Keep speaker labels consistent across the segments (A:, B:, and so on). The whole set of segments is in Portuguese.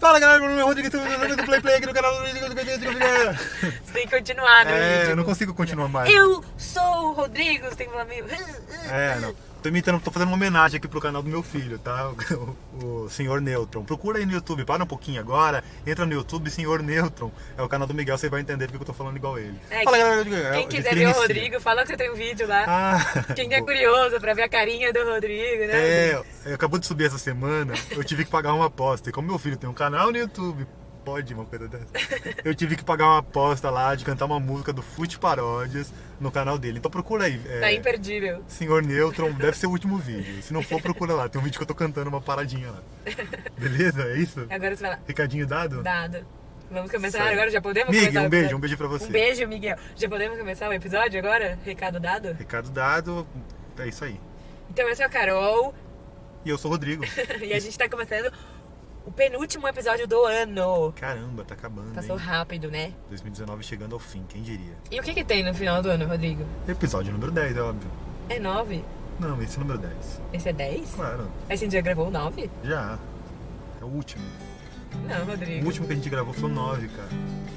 A: Fala galera, meu nome é Rodrigo, sou do do Play Play aqui no canal do Rodrigo. do Rodrigo, do Rodrigo.
B: Você tem que continuar, né?
A: É,
B: Rodrigo?
A: eu não consigo continuar mais.
B: Eu sou o Rodrigo, você tem que falar meio.
A: É, não. Tô imitando, tô fazendo uma homenagem aqui pro canal do meu filho, tá? O, o Senhor Neutron. Procura aí no YouTube, para um pouquinho agora, entra no YouTube, Senhor Neutron. É o canal do Miguel, você vai entender porque eu tô falando igual ele.
B: É,
A: galera,
B: Quem
A: eu-
B: quiser
A: ele
B: ver o
A: inicia.
B: Rodrigo, fala que você tem um vídeo lá.
A: Ah,
B: Quem é
A: boa.
B: curioso pra ver a carinha do Rodrigo, né?
A: É, eu- acabou de subir essa semana, eu tive que pagar uma aposta. E como meu filho tem um canal no YouTube, pode uma coisa dessa. Eu tive que pagar uma aposta lá de cantar uma música do Fute Paródias no canal dele. Então procura aí. é,
B: Tá imperdível.
A: Senhor Neutron, deve ser o último vídeo. Se não for, procura lá. Tem um vídeo que eu tô cantando uma paradinha lá. Beleza? É isso?
B: Agora você fala,
A: Recadinho dado?
B: dado. Vamos começar
A: Certo.
B: agora? Já podemos
A: Mig,
B: começar? o
A: um beijo,
B: episódio?
A: um beijo pra você.
B: Um beijo, Miguel. Já podemos começar o episódio agora? Recado dado?
A: Recado dado, é isso aí.
B: Então, eu sou a Carol
A: E eu sou o Rodrigo.
B: e a gente tá começando o penúltimo episódio do ano.
A: Caramba, tá acabando,
B: Passou
A: hein?
B: rápido, né?
A: 2019 chegando ao fim, quem diria?
B: E o que que tem no final do ano, Rodrigo?
A: Episódio número 10, é óbvio.
B: É 9?
A: Não, esse é o número 10.
B: Esse é 10?
A: Claro,
B: A gente já gravou o 9?
A: já. É o último.
B: Não,
A: O
B: Rodrigo.
A: último que a gente gravou foi o 9, cara.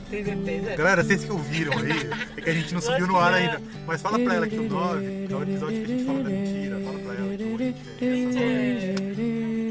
B: Tem certeza?
A: Galera, vocês que ouviram aí, é que a gente não
B: Lógico
A: subiu no ar
B: que não.
A: ainda. Mas fala pra ela que o 9 é o episódio que a gente fala da mentira. Fala pra ela que o 8 é essa hora.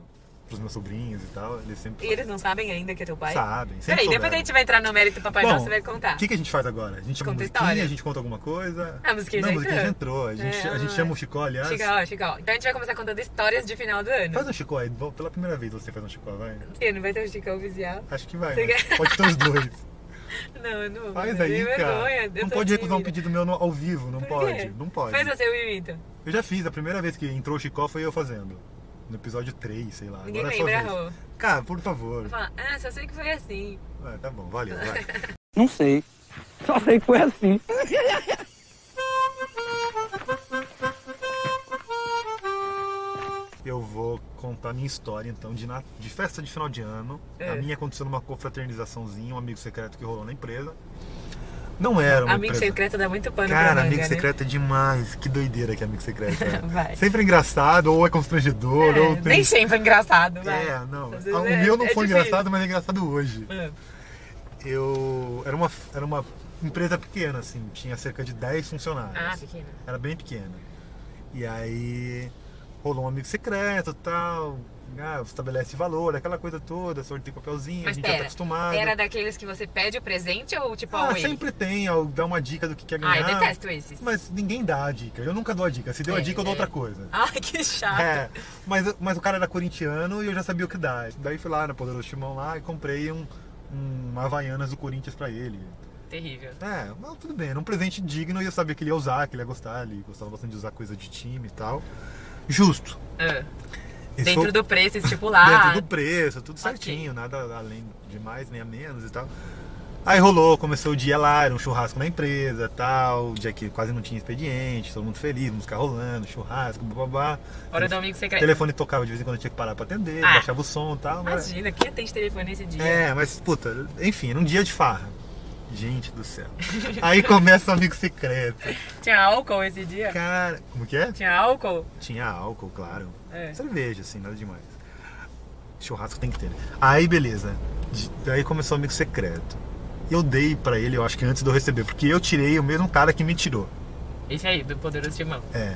A: Pros meus sobrinhos e tal, eles sempre
B: E eles não sabem ainda que é teu pai?
A: sabem. Sempre
B: Peraí, depois a
A: souberam.
B: gente vai entrar no mérito do Papai
A: Bom,
B: Noel, você vai contar.
A: O que, que a gente faz agora? A gente chama
B: Conta
A: a
B: a
A: musiquinha,
B: história.
A: a gente conta alguma coisa.
B: Ah, a musiquinha
A: Não,
B: já
A: já
B: entrou.
A: entrou. A gente,
B: É,
A: a gente
B: ah.
A: chama o Chicó, aliás.
B: Chega, ó, chega, ó. Então a gente vai começar contando histórias de final do ano.
A: Faz um Chicó aí, vou- pela primeira vez você faz um Chicó, vai.
B: Sim, não vai ter o Chicão oficial.
A: Acho que vai,
B: Você
A: mas pode ter os dois.
B: Não, eu não vou.
A: Faz
B: fazer,
A: aí,
B: tenho
A: cara.
B: vergonha, eu
A: não
B: sou
A: pode recusar um
B: tímida.
A: pedido meu no- ao vivo, não
B: Por
A: pode.
B: quê?
A: Não pode.
B: Faz assim, eu imito.
A: Eu já fiz, a primeira vez que entrou o Chicó foi eu fazendo. No episódio 3, sei lá.
B: Ninguém
A: Agora é sua
B: lembra,
A: vez.
B: Rô.
A: Cara, por favor.
B: Fala, ah, só sei que foi assim.
A: Ah, tá bom, valeu, vai.
C: Não sei. Só sei que foi assim.
A: Eu vou contar a minha história, então, de, na- de festa de final de ano.
B: É.
A: A minha aconteceu numa confraternizaçãozinha, um amigo secreto que rolou na empresa. Não era uma
B: Amigo
A: empresa.
B: secreto dá muito pano pra
A: Cara,
B: manga,
A: amigo
B: né?
A: secreto é demais. Que doideira que é amigo secreto é.
B: Vai.
A: Sempre é engraçado, ou é constrangedor, ou
B: É,
A: tem...
B: nem sempre é engraçado, vai.
A: É, não.
B: Às vezes
A: O
B: é-
A: meu não
B: é
A: foi
B: difícil.
A: engraçado, mas é engraçado hoje.
B: Ah,
A: Eu... Era uma, era uma empresa pequena, assim. Tinha cerca de 10 funcionários.
B: Ah, pequena.
A: Era bem pequena. E aí rolou um amigo secreto tal. Ah, estabelece valor, aquela coisa toda, sorteio papelzinho, a
B: Mas
A: gente já tá
B: pera,
A: acostumado.
B: era daqueles que você pede o presente ou tipo,
A: Ah,
B: ao ele?
A: sempre tem, ao dar uma dica do que quer
B: Ah, eu
A: ganhar.
B: detesto esses.
A: Mas ninguém dá a dica, eu nunca dou a dica. Se deu a
B: É,
A: dica, eu dou
B: é.
A: outra coisa.
B: Ai, que chato.
A: É, mas, mas o cara era corintiano e eu já sabia o que dar. Daí fui lá na Poderoso Timão lá e comprei um, um Havaianas do Corinthians pra ele.
B: Terrível.
A: É, mas tudo bem, era um presente digno e eu sabia que ele ia usar, que ele ia gostar, ele gostava bastante de usar coisa de time e tal. Justo.
B: Ah,
A: Esse
B: dentro
A: foi-
B: do preço estipulado.
A: dentro do preço, tudo
B: ok.
A: certinho, nada além de mais nem a menos e tal. Aí rolou, começou o dia lá, era um churrasco na empresa tal, dia que quase não tinha expediente, todo mundo feliz, música rolando, churrasco, babá.
B: Hora do amigo
A: O
B: secreto.
A: telefone tocava de vez em quando, eu tinha que parar pra atender,
B: Ah.
A: baixava o som e tal. mas-
B: Imagina, quem atende telefone nesse dia?
A: É, mas puta, enfim, era um dia de farra. Gente do céu. Aí começa o amigo secreto.
B: Tinha álcool esse dia?
A: Cara, como que é?
B: Tinha álcool?
A: Tinha álcool, claro.
B: É.
A: Cerveja, assim, nada demais. Churrasco tem que ter, né? Aí, beleza. De- Daí começou o amigo secreto. Eu dei pra ele, eu acho que antes de eu receber, porque eu tirei o mesmo cara que me tirou.
B: Esse aí, do Poderoso Timão.
A: É.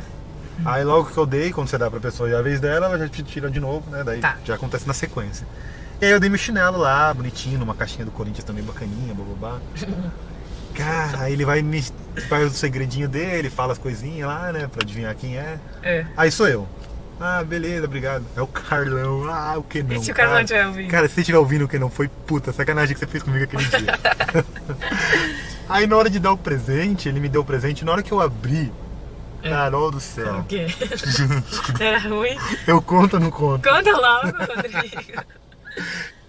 B: Uhum.
A: Aí logo que eu dei, quando você dá pra pessoa já a vez dela, ela já te tira de novo, né? Daí
B: Tá.
A: já acontece na sequência. E aí eu dei meu chinelo lá, bonitinho, numa caixinha do Corinthians também bacaninha, bababá. Cara, aí ele vai me faz o segredinho dele, fala as coisinhas lá, né? Pra adivinhar quem é.
B: É.
A: Aí sou eu. Ah, beleza, obrigado. É o Carlão. Ah, o que não.
B: E se o Carlão tiver ouvindo?
A: Cara, se você estiver ouvindo o que não, foi puta sacanagem que você fez comigo aquele dia. Aí na hora de dar o presente, ele me deu o presente. Na hora que eu abri, Carol do céu.
B: O quê? Era ruim?
A: Eu conto ou não conto?
B: Conta logo, Rodrigo.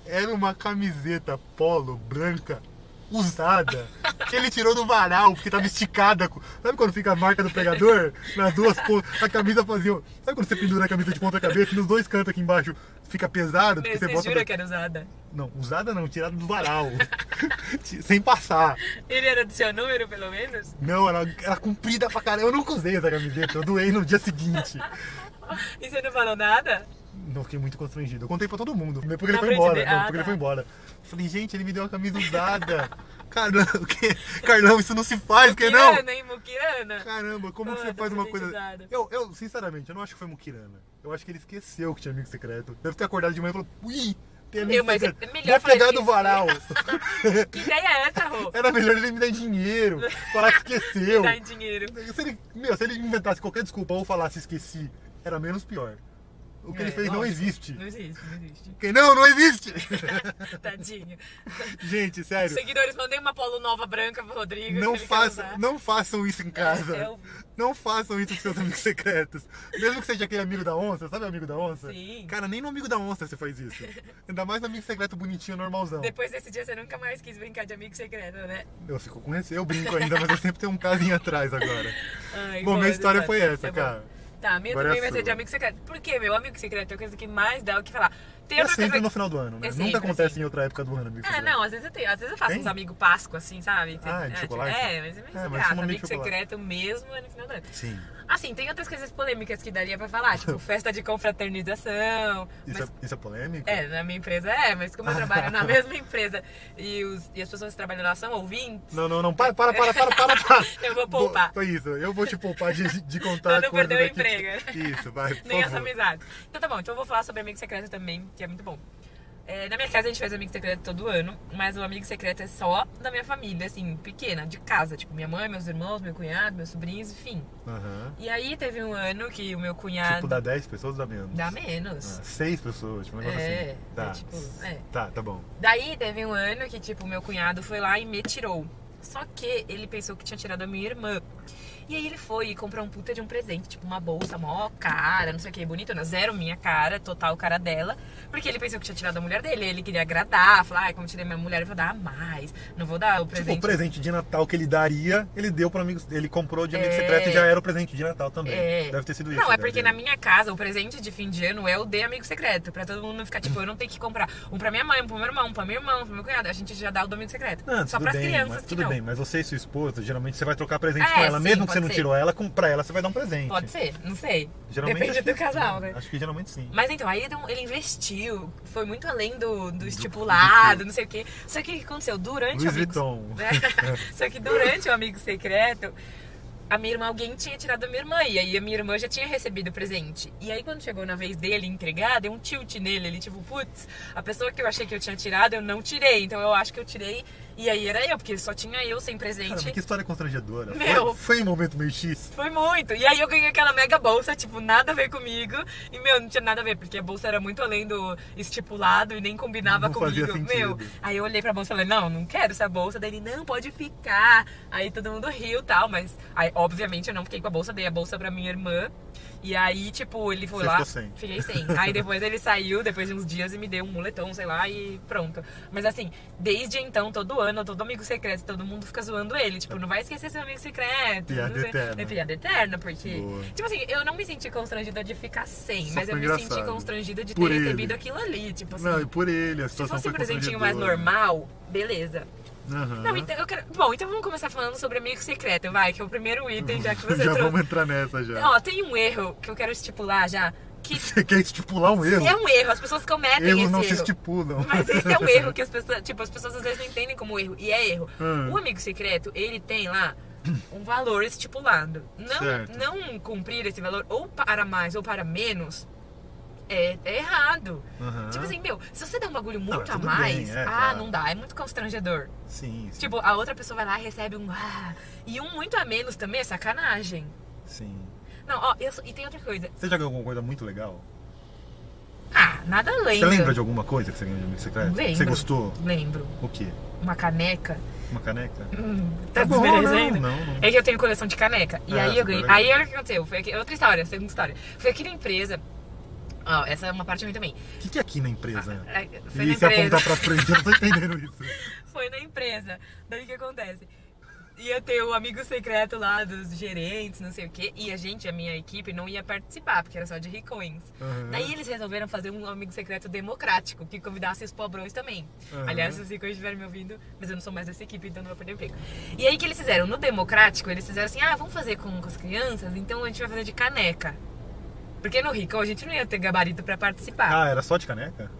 A: Era uma camiseta polo branca usada que ele tirou do varal porque tava esticada. co- Sabe quando fica a marca do pregador? Nas duas pontas. A camisa fazia. Sabe quando você pendura a camisa de ponta cabeça e nos dois cantos aqui embaixo fica pesado? Porque
B: Você
A: bota-
B: jura que é- era usada?
A: Não, usada não, tirada do varal. Ti- Sem passar.
B: Ele era do seu número, pelo menos?
A: Não, era, era comprida pra caramba. Eu nunca usei essa camiseta, eu doei no dia seguinte.
B: E você não falou nada?
A: Não, fiquei muito constrangido. Eu contei pra todo mundo. Porque ele
B: Na
A: foi
B: frente
A: embora.
B: dele?
A: Não,
B: Ah,
A: porque ele
B: tá.
A: foi embora. Falei, gente, ele me deu uma camisa usada. Carlão, o quê? Carlão, isso não se faz, que não?
B: Mukirana, hein, Mukirana?
A: Caramba, como que
B: Ah,
A: você
B: tá
A: faz uma
B: sendo
A: coisa.
B: usada.
A: Eu, eu, sinceramente, eu não acho que foi Mukirana. Eu acho que ele esqueceu que tinha amigo secreto. Deve ter acordado de manhã e falou, ui, tem amigo
B: Eu, mas é
A: secreto.
B: melhor
A: Vou
B: falar
A: pegar
B: que
A: do varal.
B: Que ideia é essa, Rô?
A: Era melhor ele me dar dinheiro. Falar que esqueceu.
B: Dá em dinheiro.
A: Se ele, meu, se ele inventasse qualquer desculpa ou falasse esqueci, era menos pior. O que ele
B: É,
A: fez não
B: lógico.
A: existe.
B: Não existe, não existe.
A: Quem não, não existe!
B: Tadinho.
A: Gente, sério,
B: Seguidores, mandei uma polo nova branca pro Rodrigo.
A: não,
B: que ele quer
A: faça,
B: usar.
A: não façam isso em casa.
B: É, eu-
A: Não façam isso com seus amigos secretos. Mesmo que seja aquele amigo da onça, sabe o amigo da onça?
B: Sim.
A: Cara, nem no amigo da onça você faz isso. Ainda mais no amigo secreto bonitinho, normalzão.
B: Depois desse dia, você nunca mais quis brincar de amigo secreto, né?
A: Eu fico com receio, eu brinco ainda, mas eu sempre tenho um casinho atrás agora.
B: Ai,
A: Bom, minha
B: boa,
A: história
B: Eduardo,
A: foi essa,
B: é bom.
A: cara.
B: Tá, a minha
A: Agora é
B: também
A: a
B: vai ser de
A: sua.
B: amigo secreto. Por quê, meu? Amigo secreto é a coisa que mais dá o que falar. Tem
A: É
B: outra coisa
A: sempre
B: que-
A: no final do ano, né?
B: É
A: Nunca
B: sempre,
A: acontece
B: sim.
A: em outra época do ano, amigo
B: Ah,
A: secreto.
B: não, às vezes eu tenho. Às vezes eu faço
A: Tem?
B: uns amigos Páscoa, assim, sabe? Tem-
A: Ah, de
B: é, tipo,
A: chocolate?
B: É, mas é meio
A: É,
B: sem
A: mas isso
B: graça.
A: não é meio
B: Amigo
A: chocolate.
B: secreto mesmo é no final do ano.
A: Sim.
B: Assim, tem outras coisas polêmicas que daria pra falar, tipo festa de confraternização.
A: Isso,
B: mas-
A: é, isso é polêmico?
B: é, na minha empresa é, mas como eu
A: Ah, tá.
B: trabalho na mesma empresa e, os- e as pessoas que trabalham lá são ouvintes,
A: Não, não, não. Para, para, para, para, para, para.
B: Eu vou poupar.
A: Foi isso. Eu vou te poupar de, de contar
B: Pra não
A: coisas
B: perder o né?
A: aqui que- Isso, vai, por
B: nem as
A: favor.
B: amizades. Então tá bom, então eu vou falar sobre amigo secreto também, que é muito bom. É, na minha casa a gente faz amigo secreto todo ano, mas o amigo secreto é só da minha família, assim, pequena, de casa. Tipo, minha mãe, meus irmãos, meu cunhado, meus sobrinhos, enfim.
A: Aham.
B: E aí teve um ano que o meu
A: Tipo,
B: cunhado.
A: dá 10 pessoas ou dá menos?
B: Dá
A: Ah,
B: menos.
A: Seis pessoas, tipo, um negócio
B: É,
A: assim.
B: é
A: Tá.
B: tipo, é.
A: Tá, tá bom.
B: Daí teve um ano que, tipo, meu cunhado foi lá e me tirou. Só que ele pensou que tinha tirado a minha irmã. E aí ele foi e comprou um puta de um presente, tipo uma bolsa mó cara, não sei o que, bonitona, zero minha cara, total cara dela. Porque ele pensou que tinha tirado a mulher dele, ele queria agradar, falar, ai, como eu tirei minha mulher, eu vou dar mais, não vou dar
A: Tipo,
B: o
A: o
B: presente.
A: presente de Natal que ele daria, ele deu para amigos. Ele comprou de amigo
B: É.
A: secreto e já era o presente de Natal também.
B: É.
A: Deve ter sido isso.
B: Não, é
A: né,
B: porque
A: dele.
B: na minha casa o presente de fim de ano é o de amigo secreto. Pra todo mundo não ficar, tipo, eu não tenho que comprar um pra minha mãe, um pro meu irmão, um pra minha irmã, um pro meu cunhado. A gente já dá o do amigo secreto.
A: Não,
B: Só
A: tudo
B: pras
A: bem,
B: crianças
A: mas,
B: que
A: tudo
B: não.
A: bem, mas você e sua esposa, geralmente você vai trocar presente
B: É,
A: com ela,
B: sim,
A: mesmo que você
B: pode
A: não
B: ser.
A: tirou ela, com, pra ela você vai dar um presente.
B: Pode ser, não sei.
A: Geralmente,
B: Depende
A: acho que é assim.
B: do casal,
A: sim.
B: né?
A: Acho que geralmente sim.
B: Mas então, aí ele deu um- ele investiu, foi muito além do, do estipulado, não sei o quê. Só que o que aconteceu? Durante
A: Luiz
B: o amigo.
A: Vuitton.
B: né? Só que durante o amigo secreto, a minha irmã, alguém tinha tirado a minha irmã, e aí a minha irmã já tinha recebido o presente. E aí quando chegou na vez dele entregar, deu um tilt nele, ele tipo, putz, a pessoa que eu achei que eu tinha tirado, eu não tirei. Então eu acho que eu tirei, e aí era eu, porque só tinha eu sem presente.
A: Caramba, que história constrangedora. Foi,
B: Meu.
A: foi um momento meio X.
B: Foi muito. E aí eu ganhei aquela mega bolsa, tipo, nada a ver comigo. E, meu, não tinha nada a ver, porque a bolsa era muito além do estipulado e nem combinava
A: Não fazia
B: comigo. Meu,
A: sentido.
B: aí eu olhei pra bolsa e falei, não, não quero essa bolsa. Daí ele, não, pode ficar. Aí todo mundo riu e tal, mas aí, obviamente eu não fiquei com a bolsa, dei a bolsa pra minha irmã. E aí, tipo, ele foi
A: Você
B: lá.
A: ficou sem.
B: Fiquei sem. Aí depois ele saiu, depois de uns dias, e me deu um moletom, sei lá, e pronto. Mas assim, desde então, todo ano, todo amigo secreto, todo mundo fica zoando ele.
A: É.
B: Tipo, não vai esquecer seu amigo secreto.
A: Piada
B: não sei.
A: eterna.
B: É piada eterna, porque.
A: Boa.
B: Tipo assim, eu não me senti constrangida de ficar sem,
A: Só
B: mas eu
A: foi
B: me senti
A: engraçado.
B: constrangida de ter
A: Por ele.
B: recebido aquilo ali. Tipo assim.
A: Não, e por ele, a
B: se
A: situação
B: fosse um
A: foi
B: presentinho mais
A: constrangedora.
B: normal, beleza.
A: Aham.
B: Não, então eu quero. Bom, então vamos começar falando sobre amigo secreto, vai, que é o primeiro item, já que você
A: já
B: trouxe.
A: vamos entrar nessa já.
B: Ó, tem um erro que eu quero estipular já. Que
A: Você quer estipular um erro?
B: é um erro, as pessoas cometem
A: Erros
B: esse
A: não se
B: erro.
A: estipulam.
B: Mas esse é um erro que as pessoas, tipo, as pessoas às vezes não entendem como erro. E é erro.
A: Hum.
B: O amigo secreto, ele tem lá um valor estipulado. Não,
A: Certo.
B: não cumprir esse valor, ou para mais ou para menos, é, é errado.
A: Aham.
B: Tipo assim, meu, se você dá um bagulho
A: Ah. Não,
B: muito a
A: tudo
B: mais,
A: bem, é,
B: ah,
A: claro.
B: não dá, é muito constrangedor.
A: Sim, sim.
B: Tipo, a outra pessoa vai lá e recebe um ah, e um muito a menos também é sacanagem.
A: sim.
B: Não, ó, eu sou- e tem outra coisa.
A: Você já ganhou alguma coisa muito legal?
B: Ah, nada além.
A: Você
B: do-
A: lembra de alguma coisa que você ganhou de amigo secreto?
B: Lembro.
A: Você gostou?
B: Lembro.
A: O quê?
B: Uma caneca.
A: Uma caneca?
B: Hum, tá
A: bom,
B: desmerecendo?
A: não, não, não.
B: É que eu tenho coleção de caneca. E
A: É,
B: aí eu ganhei.
A: legal.
B: Aí olha o que aconteceu. Foi aqui- outra história, segunda história. Foi aqui na empresa. Ó, essa é uma parte ruim também.
A: O que, que é aqui na empresa?
B: Ah, é, foi
A: e
B: na
A: se apontar
B: empresa.
A: pra frente, eu não tô entendendo isso.
B: Foi na empresa. Daí o que acontece? Ia ter o amigo secreto lá dos gerentes, não sei o quê. E a gente, a minha equipe, não ia participar, porque era só de ricões.
A: Aham.
B: Daí eles resolveram fazer um amigo secreto democrático, que convidasse os pobrões também.
A: Aham.
B: Aliás, se os ricos estiverem me ouvindo, mas eu não sou mais dessa equipe, então não vou perder emprego. E aí o que eles fizeram? No democrático, eles fizeram assim: ah, vamos fazer com, com as crianças, então a gente vai fazer de caneca. Porque no ricão a gente não ia ter gabarito pra participar.
A: Ah, era só de caneca?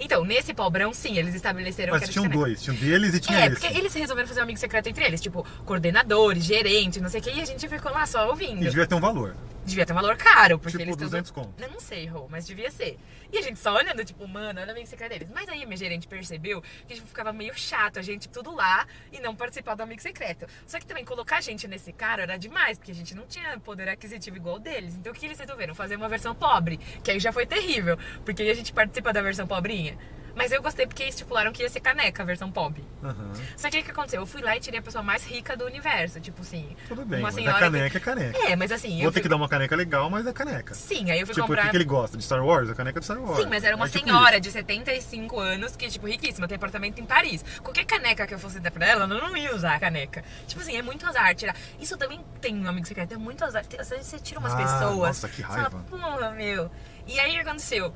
B: Então, nesse pobrão, sim, eles estabeleceram que
A: Mas
B: era de
A: tinham
B: caneca.
A: dois, tinham deles e tinha
B: É,
A: esse.
B: porque eles resolveram fazer um amigo secreto entre eles, tipo, coordenadores, gerente, não sei o que, e a gente ficou lá só ouvindo.
A: E devia ter um valor.
B: Devia ter um valor caro, porque
A: Tipo,
B: eles tão-
A: 200 conto.
B: Eu não sei, Rô, mas devia ser. E a gente só olhando, tipo, mano, olha bem esse cara deles. Mas aí a minha gerente percebeu que tipo, ficava meio chato a gente tudo lá e não participar do amigo secreto. Só que também colocar a gente nesse cara era demais, porque a gente não tinha poder aquisitivo igual o deles. Então o que eles resolveram? Fazer uma versão pobre, que aí já foi terrível, porque aí a gente participa da versão pobrinha. Mas eu gostei porque estipularam que ia ser caneca, a versão pobre.
A: Aham.
B: Só que o que aconteceu? Eu fui lá e tirei a pessoa mais rica do universo. Tipo assim.
A: Tudo bem,
B: uma
A: mas
B: senhora.
A: a
B: que-
A: caneca é caneca.
B: É, mas assim.
A: Vou
B: eu
A: ter
B: fui-
A: que dar uma caneca legal, mas é caneca.
B: Sim, aí eu fui
A: tipo, o
B: comprar.
A: que, que ele gosta? De Star Wars? A caneca de Star Wars.
B: Sim, mas era uma
A: É tipo
B: senhora de 75 anos que, tipo, riquíssima, tem apartamento em Paris. Qualquer caneca que eu fosse dar pra ela, eu não ia usar a caneca. Tipo assim, é muito azar tirar. Isso também tem um amigo secreto, é muito azar. Tem- Às vezes você tira umas
A: Ah,
B: pessoas.
A: nossa, que
B: você
A: raiva.
B: Fala, Porra, meu. E aí o que aconteceu?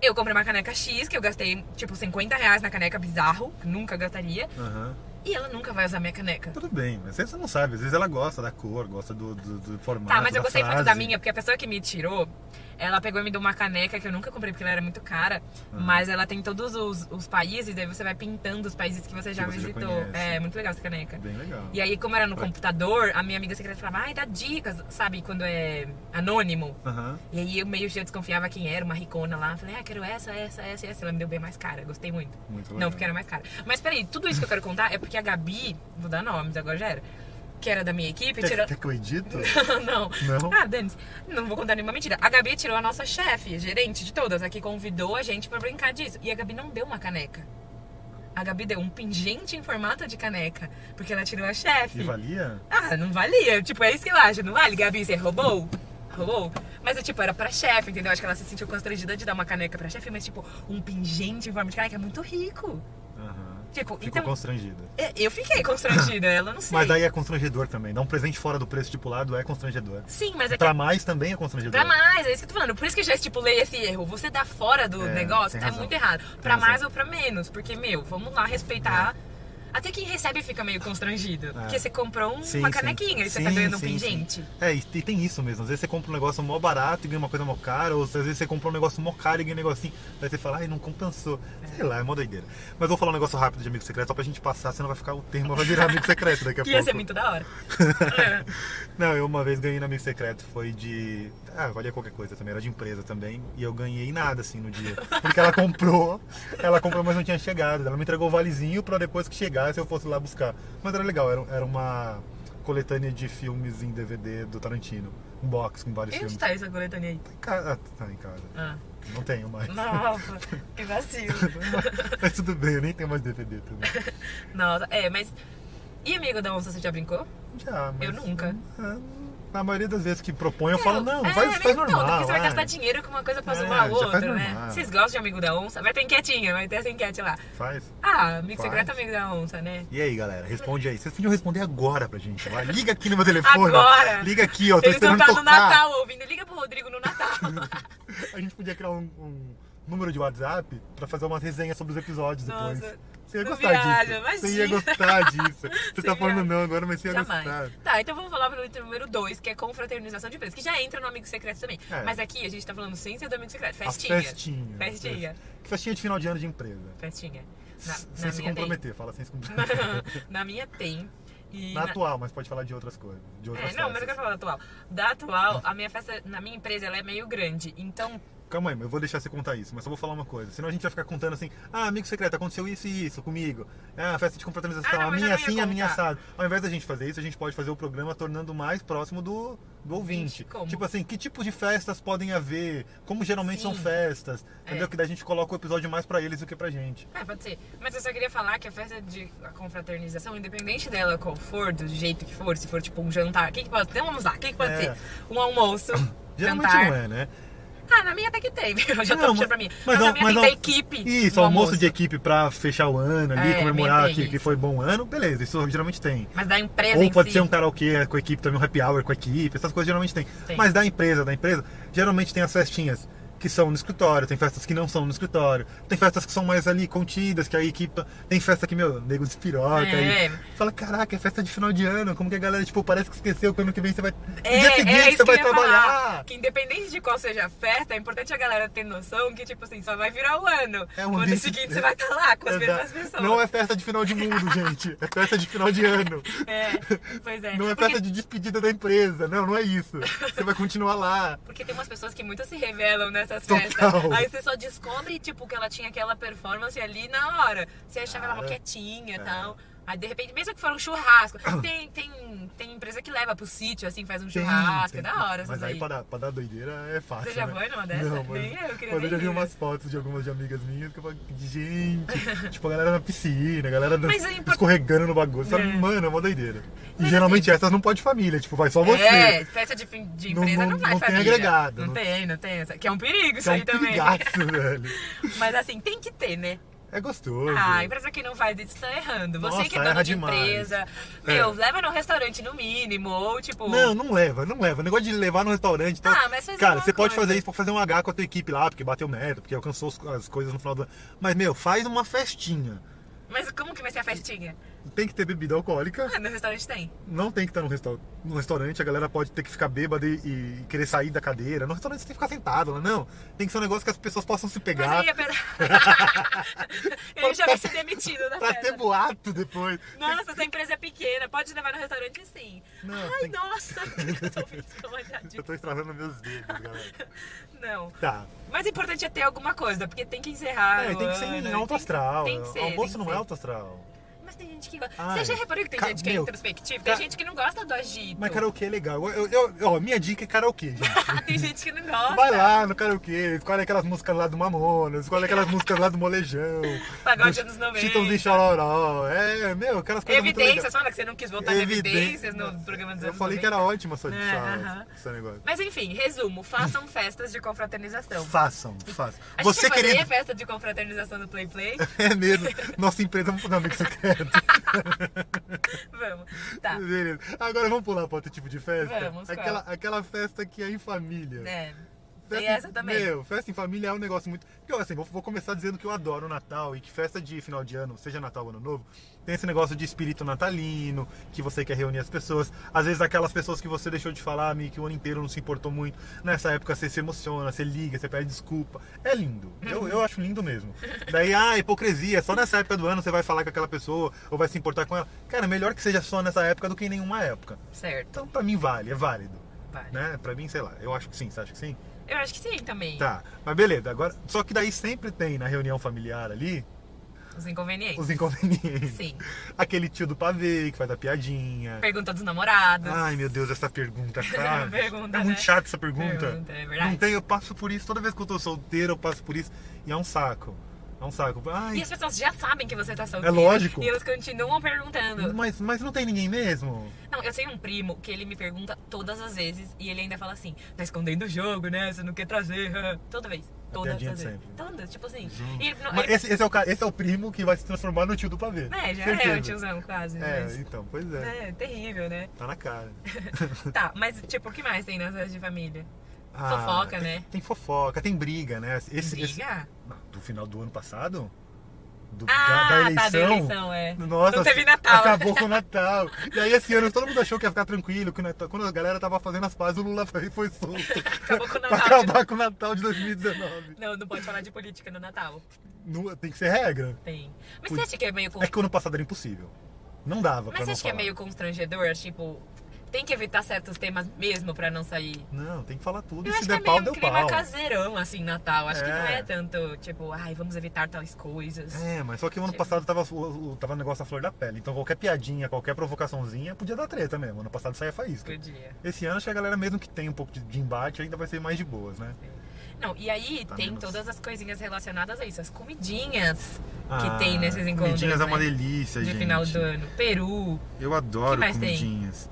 B: Eu comprei uma caneca X, que eu gastei, tipo, 50 reais na caneca bizarro, que nunca gastaria,
A: isso. Aham.
B: e ela nunca vai usar minha caneca.
A: Tudo bem, mas você não sabe. Às vezes ela gosta da cor, gosta do, do, do formato.
B: Tá, mas
A: da
B: eu gostei muito
A: frase.
B: da minha, porque a pessoa que me tirou, ela pegou e me deu uma caneca que eu nunca comprei porque ela era muito cara. Mas ela tem todos os, os países, daí você vai pintando os países que você já
A: você já
B: visitou.
A: conhece.
B: é, muito legal essa caneca.
A: Bem legal.
B: E aí, como era no
A: Vai.
B: computador, a minha amiga secreta falava, ai, dá dicas, sabe, quando é anônimo.
A: Aham.
B: E aí eu meio que já desconfiava quem era, uma ricona lá. Falei, ah, quero essa, essa, essa, essa. Ela me deu bem mais cara, gostei muito.
A: Muito legal.
B: Não, porque era mais cara. Mas peraí, tudo isso que eu quero contar é porque a Gabi, vou dar nomes, agora já era, que era da minha equipe,
A: Quer,
B: tirou.
A: quer que eu edito?
B: não.
A: Não?
B: Ah, dane Não vou contar nenhuma mentira. A Gabi tirou a nossa chefe, gerente de todas, a que convidou a gente pra brincar disso. E a Gabi não deu uma caneca. A Gabi deu um pingente em formato de caneca, porque ela tirou a
A: E
B: chefe.
A: valia?
B: Ah, não valia. Tipo, é isso que eu acho. Não vale, Gabi, você roubou? Roubou? Mas, é, tipo, era pra chefe, entendeu? Acho que ela se sentiu constrangida de dar uma caneca pra chefe, mas, tipo, um pingente em forma de caneca é muito rico.
A: Aham.
B: Tipo,
A: Ficou
B: então...
A: constrangida.
B: é, Eu fiquei constrangida, ela não sei.
A: Mas aí é constrangedor também. Dar um presente fora do preço estipulado é constrangedor.
B: Sim, mas é que
A: Pra mais também é constrangedor.
B: Pra mais, é isso que eu tô falando. Por isso que eu já estipulei esse erro. Você dar fora do
A: É,
B: negócio
A: tem
B: é
A: razão.
B: muito errado. Pra
A: razão.
B: mais ou pra menos. Porque, meu, vamos lá respeitar. Até quem recebe fica meio constrangido. Porque você comprou um-
A: É. Sim,
B: uma
A: sim.
B: canequinha e você
A: Sim,
B: tá ganhando um
A: sim,
B: pingente.
A: sim. É, e e tem isso mesmo. Às vezes você compra um negócio mó barato e ganha uma coisa mó cara, ou às vezes você compra um negócio mó caro e ganha um negocinho. Aí você fala, ai, não compensou. Sei lá, é mó doideira. Mas vou falar um negócio rápido de amigo secreto, só pra gente passar, senão vai ficar o termo, vai virar amigo secreto daqui a
B: Que
A: pouco.
B: ia ser muito da hora. É.
A: Não, eu uma vez ganhei no amigo secreto, foi de. Ah, valia qualquer coisa também, era de empresa também. E eu ganhei nada assim no dia. Porque ela comprou, ela comprou, mas não tinha chegado. Ela me entregou o valezinho pra depois que chegasse eu fosse lá buscar. Mas era legal, era, era uma coletânea de filmes em DVD do Tarantino. Um box com vários
B: E onde
A: filmes.
B: tá essa coletânea aí?
A: Em casa- ah, tá em casa.
B: Ah.
A: Não tenho mais.
B: Nossa, que vacilo.
A: mas tudo bem, eu nem tenho mais DVD também.
B: Nossa, é, mas. E amigo da onça, você já brincou?
A: Já, mas.
B: Eu nunca.
A: ah, Na maioria das vezes que propõe, eu falo, não,
B: é,
A: faz,
B: nem
A: faz
B: todo,
A: normal.
B: Porque você vai
A: ah,
B: gastar dinheiro com uma coisa pra
A: É,
B: zoar a
A: já faz
B: outra, né?
A: normal.
B: Vocês gostam de amigo da onça? Vai ter enquetinha, vai ter essa enquete lá.
A: Faz.
B: Ah, amigo
A: Faz.
B: secreto é amigo da onça, né?
A: E aí, galera, responde aí. Vocês podiam responder agora pra gente. Vai. Liga aqui no meu telefone.
B: Agora.
A: Liga aqui, ó. Tô
B: Eles vão
A: esperando
B: estar
A: tocar.
B: no Natal ouvindo. Liga pro Rodrigo no Natal.
A: A gente podia criar um, um número de WhatsApp pra fazer uma resenha sobre os episódios
B: Nossa,
A: depois. Você ia
B: não
A: gostar
B: viaja,
A: disso.
B: imagina.
A: Você ia gostar disso. Você
B: Você
A: tá falando
B: viaja.
A: não agora, mas você ia gostar.
B: Jamais. Tá, então vamos falar pro item número 2, que é confraternização de empresas, que já entra no amigo secreto também.
A: É.
B: Mas aqui a gente tá falando sem ser do amigo secreto.
A: A
B: Festinha.
A: festinha.
B: Festinha.
A: Festinha de final de ano de empresa.
B: Festinha. Na,
A: sem
B: na
A: se
B: minha tem.
A: comprometer, fala sem se comprometer.
B: na minha tem. E
A: Na
B: na-
A: atual, mas pode falar de outras coisas. De
B: É,
A: outras
B: não, mas eu
A: festas.
B: quero falar da atual. Da atual, a minha festa na minha empresa ela é meio grande. Então,
A: Calma aí, eu vou deixar você contar isso, mas só vou falar uma coisa. Senão a gente vai ficar contando assim, ah, amigo secreto, aconteceu isso e isso comigo. Ah, festa de confraternização,
B: Ah, não,
A: a
B: mas eu
A: minha
B: não ia
A: assim, a minha
B: contar.
A: assado. Ao invés da gente fazer isso, a gente pode fazer o programa tornando mais próximo do, do ouvinte.
B: Gente, como?
A: Tipo assim, que tipo de festas podem haver? Como geralmente são
B: Sim.
A: festas? Entendeu?
B: É.
A: Que daí a gente coloca o episódio mais pra eles do que pra gente.
B: é, pode ser. Mas eu só queria falar que a festa de a confraternização, independente dela qual for, do jeito que for, se for tipo um jantar, o que, que pode Então vamos lá, o que, que pode
A: É.
B: ser? Um almoço.
A: Geralmente
B: jantar.
A: não é, né?
B: Ah, na minha até que tem. Eu já tô
A: Não,
B: puxando
A: mas-
B: pra mim.
A: mas
B: Mas,
A: não,
B: a minha
A: mas não.
B: tem da equipe.
A: Isso,
B: no
A: almoço, de equipe pra fechar o ano ali,
B: É,
A: comemorar
B: bem
A: que,
B: isso.
A: que foi bom ano, beleza, isso geralmente tem.
B: Mas da empresa
A: Ou
B: em
A: pode
B: si.
A: ser um karaokê com a equipe também, um happy hour com a equipe, essas coisas geralmente tem.
B: Tem.
A: Mas da empresa, da empresa, geralmente tem as festinhas que são no escritório, tem festas que não são no escritório, tem festas que são mais ali contidas, que a equipe. Tem festa que, meu, nego despiroca.
B: É.
A: aí Fala, caraca, é festa de final de ano, como que a galera, tipo, parece que esqueceu que ano que vem você vai.
B: É,
A: no dia seguinte
B: é
A: você
B: isso que eu
A: vai
B: ia
A: trabalhar.
B: falar. Que independente de qual seja a festa, é importante a galera ter noção que, tipo assim, só vai virar o ano.
A: É, o
B: no ano
A: ambiente-
B: seguinte você vai estar lá com as
A: Exato.
B: mesmas pessoas.
A: Não é festa de final de mundo, gente. É festa de final de ano.
B: É, pois é.
A: Não é
B: porque,
A: festa de despedida da empresa. Não, não é isso. Você vai continuar lá.
B: porque tem umas pessoas que muito se revelam nessas
A: Total.
B: festas. Aí você só descobre, tipo, que ela tinha aquela performance ali na hora. Você achava ela
A: Cara,
B: mó quietinha
A: é.
B: e tal. Aí de repente, mesmo que for um churrasco, tem, tem, tem empresa que leva pro sítio, assim, faz um
A: Tem,
B: churrasco,
A: tem.
B: é da hora.
A: Mas
B: essas
A: aí pra dar, pra dar doideira é fácil.
B: Você já
A: né?
B: foi numa dessa?
A: Não, mas,
B: Nem eu, eu queria
A: mas eu já
B: nem
A: vi
B: ir.
A: umas fotos de algumas de amigas minhas que eu falo, gente, tipo a galera na piscina, a galera dan-
B: Mas é impor-
A: escorregando no bagulho. Sabe,
B: É.
A: mano, é uma doideira. E
B: Mas assim
A: geralmente essas não pode família, tipo, vai só você.
B: É, festa de, fim- de
A: Não-
B: empresa não,
A: não-
B: vai
A: não tem
B: família.
A: agregado,
B: Não,
A: não-
B: tem, não tem. essa- Que é um perigo
A: que
B: isso
A: é
B: aí
A: um
B: também.
A: perigaço, velho.
B: Mas assim, tem que ter, né?
A: É gostoso.
B: Ah, a empresa que não faz isso tá errando. Você
A: Nossa,
B: que é dono
A: erra
B: de
A: demais.
B: empresa.
A: É.
B: Meu, leva no restaurante no mínimo. Ou tipo.
A: Não, não leva, não leva. O negócio de levar no restaurante e tal.
B: Ah, mas faz
A: Cara,
B: alguma
A: você pode
B: coisa.
A: fazer isso, pode fazer um H com a tua equipe lá, porque bateu meta, porque alcançou as- as coisas no final do ano. Mas, meu, faz uma festinha.
B: Mas como que vai ser a festinha?
A: Tem que ter bebida alcoólica.
B: Ah, no restaurante tem.
A: não tem que estar no, resta- no restaurante, a galera pode ter que ficar bêbada e, e querer sair da cadeira. No restaurante você tem que ficar sentado lá, não. Tem que ser um negócio que as pessoas possam se
B: Mas
A: pegar
B: aí é peda... Ele já vai ser demitido da
A: pra ter
B: festa.
A: boato depois.
B: Nossa, essa empresa é pequena, pode levar no restaurante sim.
A: Não,
B: Ai,
A: tem-
B: nossa, eu tô ficando
A: Eu
B: olhadinha.
A: tô estralando meus dedos, galera.
B: Não.
A: Tá.
B: Mas o importante é ter alguma coisa, porque tem que encerrar.
A: É,
B: o
A: tem que ser
B: ano, né?
A: em
B: tem
A: alto
B: que-
A: astral.
B: Tá Tem que ser.
A: Almoço
B: tem que
A: não
B: ser.
A: é alto astral.
B: Mas tem gente que gosta.
A: Ai,
B: Você já reparou que tem
A: ca-
B: gente que é
A: meu, ca-
B: introspectiva? Tem gente que não gosta do agito.
A: Mas karaokê é legal. Eu, eu- eu- ó, minha dica é karaokê, gente.
B: Ah, tem gente que não gosta.
A: Vai lá um no karaokê, escolhe aquelas músicas lá do Mamonas, escolhe aquelas músicas lá do Molejão.
B: Pagode
A: dos
B: anos 90.
A: Chitãozinho e Chororó. É, meu, aquelas coisas muito legais.
B: Evidências, fala que você não quis voltar em evidências no programa dos
A: Eu
B: anos
A: falei que
B: 90.
A: era ótima sua edição,
B: Aham.
A: esse negócio.
B: Mas enfim, resumo: façam festas de confraternização.
A: Façam, façam.
B: A gente
A: Você
B: Então, vai fazer
A: querido.
B: festa de confraternização do Play Play?
A: É mesmo. Nossa empresa vamos fazer um amigo secreto.
B: Vamos. Tá.
A: Beleza. Agora vamos pular pra outro tipo de festa?
B: Vamos, qual?
A: aquela, aquela festa que é em família.
B: É.
A: Festa
B: Tem
A: em-
B: essa também.
A: Meu, festa em família é um negócio muito. Porque, ó, assim, vou, vou começar dizendo que eu adoro o Natal e que festa de final de ano, seja Natal ou Ano Novo, tem esse negócio de espírito natalino, que você quer reunir as pessoas. Às vezes, aquelas pessoas que você deixou de falar, meio que o ano inteiro não se importou muito. Nessa época, você se emociona, você liga, você pede desculpa. É lindo. Eu, eu acho lindo mesmo. Daí, ah, hipocrisia. Só nessa época do ano você vai falar com aquela pessoa ou vai se importar com ela. Cara, melhor que seja só nessa época do que em nenhuma época.
B: Certo.
A: Então, pra mim, vale, é válido.
B: Vale.
A: Né? Pra mim, sei lá. Eu acho que sim. Você acha que sim?
B: Eu acho que sim também.
A: Tá, mas beleza, agora. Só que daí sempre tem na reunião familiar ali
B: Os inconvenientes.
A: os inconvenientes.
B: Sim.
A: Aquele tio do pavê que faz a piadinha.
B: Pergunta dos namorados.
A: Ai meu Deus, essa pergunta, sabe?
B: Pergunta,
A: é muito
B: né?
A: chato essa pergunta.
B: Pergunta, é verdade.
A: Não tem, eu passo por isso. Toda vez que eu tô solteiro, eu passo por isso. E é um saco. É um saco. Ai,
B: E as pessoas já sabem que você tá solteiro.
A: É lógico.
B: E elas continuam perguntando.
A: mas, mas não tem ninguém mesmo?
B: Não, eu tenho um primo que ele me pergunta todas as vezes e ele ainda fala assim: tá escondendo o jogo, né? Você não quer trazer. hã?" Toda vez. Toda
A: piadinha
B: vez.
A: de sempre.
B: Todas, tipo assim.
A: Gente.
B: E ele, não,
A: Mas
B: ele-
A: esse, esse é o, ca- esse é o primo que vai se transformar no tio do pavê.
B: né, já é
A: Certeza.
B: o tiozão quase.
A: É,
B: mas-
A: então, pois é.
B: né, terrível, né?
A: Tá na cara.
B: Tá, mas tipo, o que mais tem nas festas de família?
A: Ah,
B: Fofoca,
A: tem-
B: né?
A: Tem fofoca, tem briga, né? Esse, esse-
B: Briga?
A: Do final do ano passado? Do-
B: Ah,
A: da, da
B: tá, da
A: eleição?
B: eleição, é.
A: Nossa, assim,
B: Não teve Natal.
A: acabou com o Natal. E aí esse ano todo mundo achou que ia ficar tranquilo, que o Natal- quando a galera tava fazendo as pazes, o Lula foi, foi solto.
B: Acabou com o
A: pra
B: Natal.
A: acabar com o Natal de 2019.
B: Não, não pode falar de política no Natal.
A: Não, tem que ser regra.
B: Tem. Mas
A: Putz.
B: você acha que é meio com.
A: É que o ano passado era impossível. Não dava pra
B: Mas você
A: não
B: acha que é
A: falar.
B: meio constrangedor? Tipo, tem que evitar certos temas mesmo pra não sair.
A: Não, tem que falar tudo. e
B: Eu acho
A: se
B: que é
A: der
B: meio
A: pau,
B: um
A: deu
B: clima
A: pau.
B: caseirão, assim, Natal. Acho que não
A: É.
B: é tanto, tipo, ai, vamos evitar tais coisas.
A: É, mas só que o ano passado tava o, o- tava o negócio à flor da pele. Então qualquer piadinha, qualquer provocaçãozinha podia dar treta mesmo. Ano passado saía faísca.
B: Podia.
A: Esse ano acho que a galera, mesmo que tenha um pouco de, de embate, ainda vai ser mais de boas, né?
B: Não, e aí
A: Tá
B: tem
A: menos.
B: todas as coisinhas relacionadas a isso, as comidinhas que
A: Ah,
B: tem nesses encontros.
A: Comidinhas é uma
B: né?
A: delícia,
B: De
A: gente.
B: final do ano. Peru,
A: Eu adoro
B: Que mais tem?
A: comidinhas.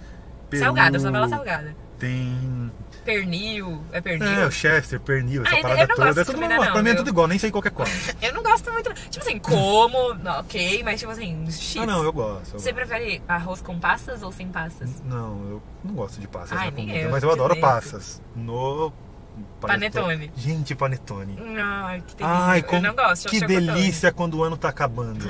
B: salgada, eu
A: Peru,
B: só fala salgada.
A: Tem.
B: Pernil, é pernil?
A: É, o Chester, pernil, essa
B: Ah, eu
A: parada
B: não gosto
A: toda.
B: de
A: É tudo
B: combinar,
A: uma-
B: não,
A: pra mim é
B: viu?
A: tudo igual, nem sei qual que é qual.
B: Eu não gosto muito. Tipo assim, como, ok, mas tipo assim, X.
A: ah, não, eu gosto. eu
B: Você
A: gosto.
B: prefere arroz com passas ou sem passas?
A: Não, eu não gosto de passas
B: Ai,
A: na
B: nem
A: comida,
B: eu,
A: mas eu adoro
B: delícia.
A: passas no
B: Panetone.
A: Gente, panetone.
B: Ai, que delícia.
A: Ai,
B: Eu
A: como,
B: não gosto. eu
A: que
B: chocotone.
A: delícia quando o ano tá acabando.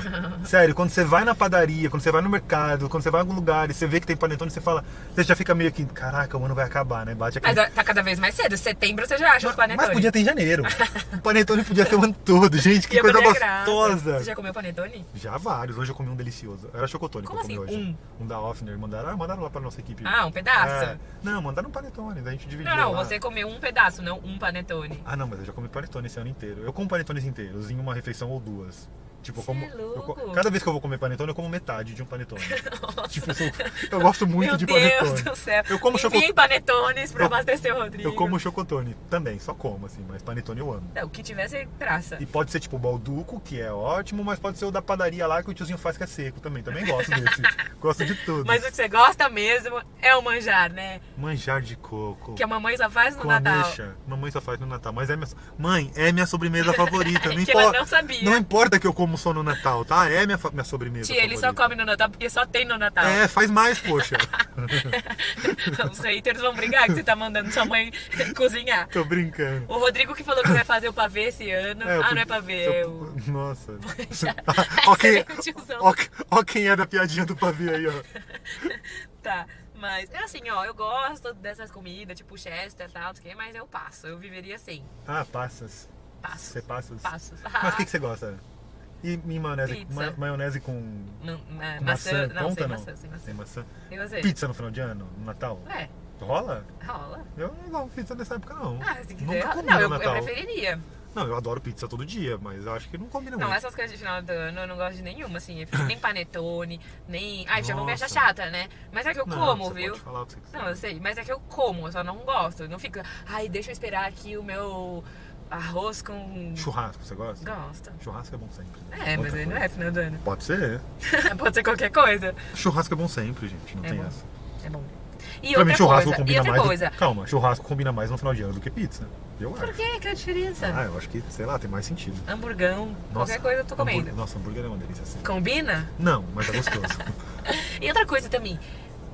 A: Sério, quando você vai na padaria, quando você vai no mercado, quando você vai em algum lugar e você vê que tem panetone, você fala, você já fica meio que, caraca, o ano vai acabar, né? Bate
B: Mas
A: aquele...
B: tá cada vez mais cedo. Setembro você já acha os panetones.
A: Mas podia ter em janeiro. o panetone podia ter o ano todo, gente, que
B: Ia
A: coisa
B: perder a graça.
A: gostosa.
B: Você já comeu panetone?
A: Já vários, hoje eu comi um delicioso. Era chocotone
B: Como
A: que eu comi
B: assim,
A: hoje. Um, da Offner, mandaram, ah, mandaram lá pra nossa equipe.
B: Ah, um pedaço?
A: É. Não, mandaram um panetone, daí a gente dividiu
B: Não, não,
A: lá.
B: você comeu um pedaço, não um panetone.
A: Ah, não, mas eu já comi panetone esse ano inteiro. Eu como panetones inteiros em uma refeição ou duas. Tipo, eu
B: Cê
A: como.
B: é
A: eu co-
B: louco.
A: cada vez que eu vou comer panetone, eu como metade de um panetone. tipo, eu, sou- eu gosto muito
B: Meu
A: de
B: Deus tá
A: panetone.
B: do céu.
A: Eu como choco-
B: Enviem panetones pra
A: Eu-
B: abastecer o Rodrigo.
A: Eu como chocotone também, só como, assim, mas panetone eu amo.
B: Não, o que tivesse traça.
A: E pode ser tipo o balduco, que é ótimo, mas pode ser o da padaria lá que o tiozinho faz que é seco também. Também gosto desse. gosto de tudo.
B: Mas o que você gosta mesmo é o manjar, né?
A: Manjar de coco.
B: Que a mamãe só faz no
A: com
B: Natal.
A: ameixa. Mamãe só faz no Natal. Mas é minha. Mãe, é minha sobremesa favorita. Não,
B: que ela
A: importa,
B: não sabia.
A: não importa que eu como só no Natal, tá? É minha, fa- minha sobremesa.
B: Tia, ele só
A: favorita.
B: come no Natal porque só tem no Natal.
A: É, faz mais, poxa.
B: Os haters vão brigar que você tá mandando sua mãe cozinhar.
A: Tô brincando.
B: O Rodrigo que falou que vai fazer o pavê esse ano.
A: É, eu
B: ah,
A: pod-
B: não é pavê,
A: eu-
B: é o...
A: Nossa. ó, quem, é,
B: Cadê é o tiozão?
A: ó, ó quem é da piadinha do pavê aí, ó.
B: Tá, mas é assim, ó, eu gosto dessas comidas, tipo Chester e tal, não sei o quê, mas eu passo, eu viveria sem.
A: Ah, passas.
B: Passo.
A: Você passas?
B: Passo.
A: Mas o que, que você gosta? E, e maionese,
B: Pizza.
A: ma- maionese com,
B: Ma- ma-
A: com
B: maçã,
A: maçã,
B: não,
A: Conta
B: sem
A: não?
B: maçã, sem maçã.
A: Sem maçã.
B: E você?
A: Pizza no final de ano? No Natal?
B: É,
A: Rola?
B: rola.
A: Eu não gosto de pizza nessa época, não.
B: Ah, se quiser.
A: Nunca comi
B: não,
A: no
B: eu, eu
A: Natal.
B: preferiria.
A: Não, eu adoro pizza todo dia, mas eu acho que não combina
B: Não, é
A: muito.
B: essas coisas de final do ano eu não gosto de nenhuma, assim. eu prefiro Nem panetone, nem. Ai, já vão me achar
A: Nossa.
B: chata, né? Mas é que eu
A: Não,
B: como,
A: você
B: viu?
A: Pode falar o que você quiser.
B: Não, eu sei, mas é que eu como, eu só não gosto. Eu Não fica, ai, deixa eu esperar aqui o meu arroz com.
A: Churrasco, você gosta?
B: Gosto.
A: Churrasco é bom sempre. né?
B: É, mas
A: Outra
B: aí não
A: coisa.
B: é final do ano.
A: Pode ser.
B: Pode ser qualquer coisa.
A: Churrasco é bom sempre, gente. Não
B: É
A: tem
B: bom.
A: essa.
B: É bom. E
A: pra mim,
B: outra
A: churrasco
B: coisa, e
A: combina
B: outra
A: mais. do-
B: coisa.
A: Calma, churrasco combina mais no final de ano do que pizza. Eu
B: Por
A: acho.
B: que? Que é a diferença?
A: Ah, eu acho que, sei lá, tem mais sentido.
B: Hamburgão,
A: Nossa,
B: qualquer coisa eu tô comendo.
A: hambúrguer- nossa, hambúrguer é uma delícia assim.
B: Combina?
A: Não, mas é gostoso.
B: E outra coisa também,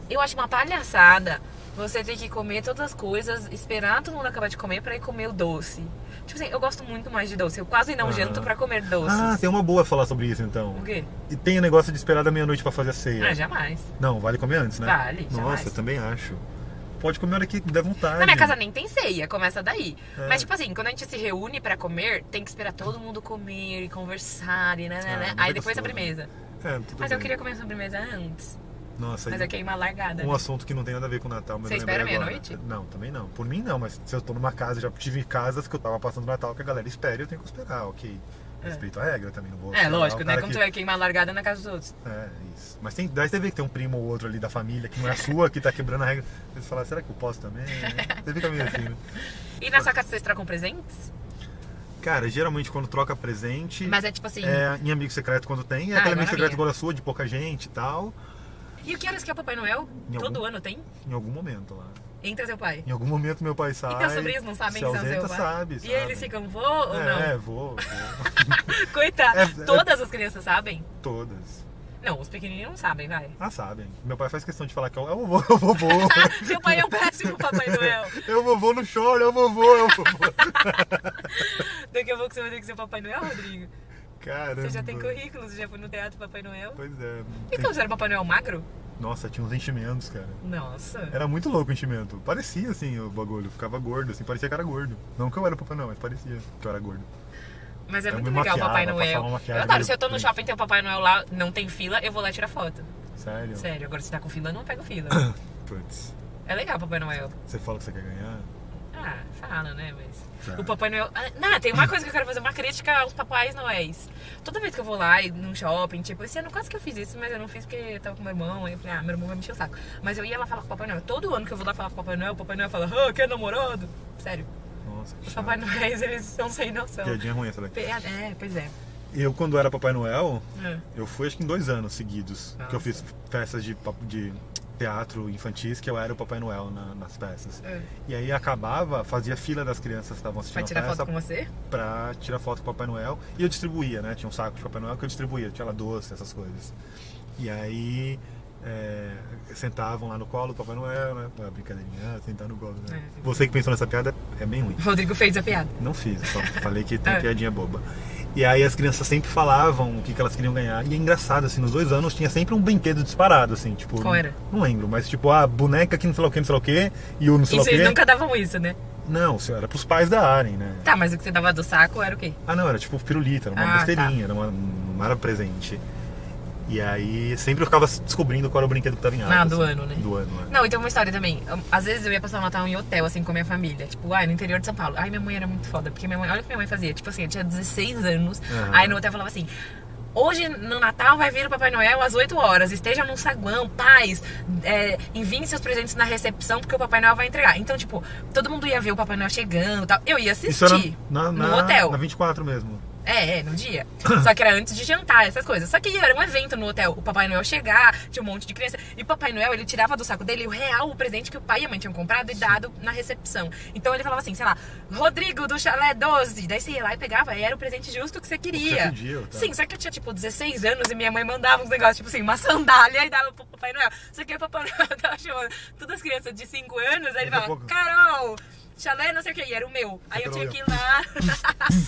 B: eu acho uma palhaçada você ter que comer todas as coisas, esperar todo mundo acabar de comer pra ir comer o doce. Tipo assim, eu gosto muito mais de doce. Eu quase não
A: Ah.
B: janto pra comer doces.
A: ah, tem uma boa falar sobre isso então.
B: O quê?
A: E tem o negócio de esperar da meia-noite pra fazer a ceia.
B: Ah, jamais.
A: Não, vale comer antes, né?
B: Vale,
A: Nossa,
B: jamais.
A: eu também acho. Pode comer a hora que der vontade.
B: Na minha casa nem tem ceia, começa daí.
A: Ah, É.
B: Mas tipo assim, quando a gente se reúne pra comer, tem que esperar todo mundo comer e conversar e né, né,
A: Ah,
B: né.
A: mas
B: Aí
A: é gostoso.
B: depois sobremesa.
A: É, tudo
B: Mas
A: bem.
B: eu queria comer sobremesa antes.
A: Nossa,
B: Mas
A: e
B: eu queimei a largada.
A: um
B: né?
A: assunto que não tem nada a ver com o Natal, mas
B: Você
A: eu lembrei
B: espera
A: agora.
B: meia-noite?
A: Não, também não. Por mim não, mas se eu tô numa casa, já tive casas que eu tava passando o Natal que a galera espera e eu tenho que esperar, ok. Respeito à regra também, não vou.
B: É, lógico,
A: né?
B: né? Como você vai queimar a largada na casa dos outros?
A: É, isso. Mas tem, daí você vê que tem um primo ou outro ali da família que não é a sua, que tá quebrando a regra. Você fala, será que eu posso também? Você fica meio assim, né?
B: E na sua casa vocês trocam presentes?
A: Cara, geralmente quando troca presente.
B: Mas é tipo assim.
A: É, em amigo secreto quando tem, é aquele
B: Ah, igual
A: amigo
B: na
A: secreto
B: minha.
A: igual a sua, de pouca gente e tal,
B: E o que horas que é o Papai Noel?
A: Em
B: Todo
A: algum-
B: ano tem?
A: em algum momento lá.
B: Entra seu pai.
A: Em algum momento meu pai sai.
B: E teus sobrinhos não sabem
A: se
B: que são seu
A: ausenta,
B: pai?
A: sabe,
B: e
A: sabe.
B: eles ficam, vou ou
A: É, vou, vou.
B: não? Coitado.
A: É- é-
B: Todas as crianças sabem?
A: Todas.
B: Não, os pequenininhos não sabem, vai.
A: Ah, sabem. Meu pai faz questão de falar que é o é o vovô, é o vovô.
B: Seu pai é um péssimo Papai Noel.
A: É o vovô não chora, é o vovô, é o vovô.
B: Daqui a pouco você vai ter que ser o Papai Noel, Rodrigo.
A: Caramba.
B: Você já tem currículo, você já foi no teatro Papai Noel.
A: Pois é.
B: E
A: Tem-
B: como você era o Papai Noel magro?
A: Nossa, tinha uns enchimentos, cara.
B: Nossa.
A: Era muito louco o enchimento. Parecia assim o bagulho. Ficava gordo, assim, parecia que era gordo. Não que eu era o papai, não, mas parecia que eu era gordo.
B: Mas é
A: Eu
B: muito
A: me
B: legal o Papai
A: maquiava,
B: Noel.
A: passava uma maquiagem
B: Eu adoro,
A: meio
B: se eu tô no um
A: grande.
B: shopping e tem o Papai Noel lá, não tem fila, eu vou lá tirar foto.
A: Sério?
B: Sério, agora se tá com fila, não pega o fila.
A: Putz.
B: É legal, Papai Noel.
A: Você fala que você quer ganhar?
B: Ah, fala, né? Mas.
A: Tá.
B: O Papai Noel. Ah, Não, tem uma coisa que eu quero fazer, uma crítica aos Papais Noéis. Toda vez que eu vou lá e num shopping, tipo, esse ano quase que eu fiz isso, mas eu não fiz porque eu tava com meu irmão, aí eu falei, ah, meu irmão vai mexer o saco. Mas eu ia lá falar com o Papai Noel. Todo ano que eu vou lá falar com o Papai Noel, o Papai Noel fala, ah, quer namorado? Sério,
A: Nossa, que
B: os
A: chato.
B: Papai Noéis, eles são sem noção.
A: Piadinha ruim essa
B: Pe-
A: daqui.
B: É, pois é.
A: Eu, quando era Papai Noel,
B: Ah.
A: eu fui acho que em dois anos seguidos. Que eu fiz festas de, pa- de teatro infantis, que eu era o Papai Noel na- nas festas.
B: É.
A: E aí acabava, fazia fila das crianças que estavam
B: Vai
A: assistindo a
B: tirar
A: festa
B: foto com você?
A: pra tirar foto com o Papai Noel. E eu distribuía, né? Tinha um saco de Papai Noel que eu distribuía, tinha lá doce, essas coisas. E aí é, sentavam lá no colo do Papai Noel, né? A brincadeirinha, ah, sentar no colo. Né?
B: É.
A: Você que pensou nessa piada é bem ruim.
B: Rodrigo fez a piada.
A: Não fiz, só falei que tem
B: É.
A: piadinha boba. E aí as crianças sempre falavam o que, que elas queriam ganhar. E é engraçado, assim, nos dois anos tinha sempre um brinquedo disparado, assim, tipo.
B: Qual era?
A: Não lembro, mas tipo, a boneca que não sei lá o que, não sei lá o que, e o não sei
B: E
A: lá o
B: vocês
A: que.
B: nunca davam isso, né?
A: Não, isso era pros pais da Aren, né?
B: Tá, mas o que você dava do saco era o quê?
A: Ah, não, era tipo pirulita, era uma
B: Ah,
A: besteirinha, era uma, não era presente. E aí sempre eu ficava descobrindo qual era o brinquedo que tava em alta.
B: Ah, do ano, né?
A: Do ano, né?
B: Não, e tem uma história também. Eu- Às vezes eu ia passar o Natal em hotel, assim, com a minha família. Tipo, ai, no interior de São Paulo. Ai, minha mãe era muito foda. Porque minha mãe, olha o que minha mãe fazia. Tipo assim, eu tinha 16 anos.
A: Aham.
B: Aí no hotel eu falava assim. Hoje, no Natal, vai vir o Papai Noel às 8 horas. Esteja num saguão, paz. É, enviem seus presentes na recepção, porque o Papai Noel vai entregar. Então, tipo, todo mundo ia ver o Papai Noel chegando e tal. Eu ia
A: Isso
B: assistir
A: era na,
B: no
A: na-
B: hotel.
A: Na 24 mesmo.
B: É, é, no dia. Só que era antes de jantar, essas coisas. Só que era um evento no hotel. O Papai Noel chegar, tinha um monte de criança. E o Papai Noel, ele tirava do saco dele o real, o presente que o pai e a mãe tinham comprado e dado na recepção. Então ele falava assim, sei lá, Rodrigo do Chalé 12. Daí você ia lá e pegava, e era o presente justo que você
A: você
B: queria.
A: pediu, tá.
B: Sim, só que eu tinha tipo 16 anos e minha mãe mandava uns negócios, tipo assim, uma sandália e dava pro Papai Noel. Só que o Papai Noel tava chamando todas as crianças de 5 anos, aí ele
A: Daqui a
B: falava,
A: pouco.
B: Carol! Chalé, não sei o que, e era o meu. Aí eu
A: Você
B: tinha
A: pegou
B: que ir lá.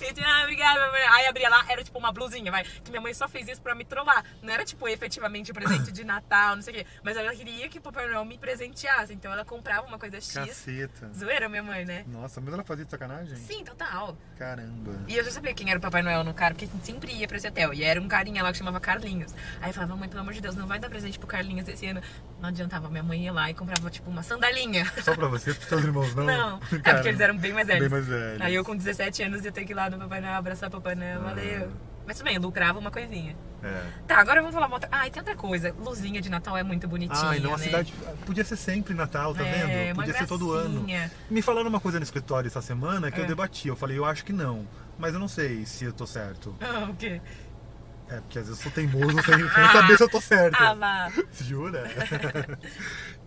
B: E tinha, ah, obrigada, mamãe. Aí abria lá, era tipo uma blusinha, vai. Que minha mãe só fez isso pra me trollar. Não era, tipo, efetivamente presente de Natal, não sei o quê. Mas ela queria que o Papai Noel me presenteasse. Então ela comprava uma coisa X.
A: Caceta.
B: Zoeira, minha mãe, né?
A: Nossa, mas ela fazia de sacanagem?
B: Sim, total.
A: Caramba.
B: E eu já sabia quem era o Papai Noel no cara, porque sempre ia pra esse hotel. E era um carinha lá que chamava Carlinhos. Aí eu falava, mãe, pelo amor de Deus, não vai dar presente pro Carlinhos esse ano. Não adiantava, minha mãe ia lá e comprava, tipo, uma sandalinha.
A: Só pra você, pros seus irmãos não?
B: Não, é
A: Cara,
B: porque eles eram bem mais velhos.
A: Bem mais velhos.
B: Aí eu com 17 anos ia ter que ir lá no Papai Noel abraçar o Papai
A: Ah.
B: Noel, valeu. Mas tudo bem, eu lucrava uma coisinha.
A: É.
B: Tá, agora vamos falar uma outra. Ah, e tem outra coisa. Luzinha de Natal é muito bonitinha.
A: Ai, não, a
B: né?
A: cidade. Podia ser sempre Natal, tá
B: É,
A: vendo?
B: uma
A: Podia ser todo ano.
B: gracinha.
A: Me falaram uma coisa no escritório essa semana que eu
B: É.
A: debati. Eu falei, eu acho que não. Mas eu não sei se eu tô certo.
B: Ah, o quê?
A: É, porque às vezes eu sou teimoso sem, sem saber se eu tô certo.
B: Ah, vá.
A: Jura?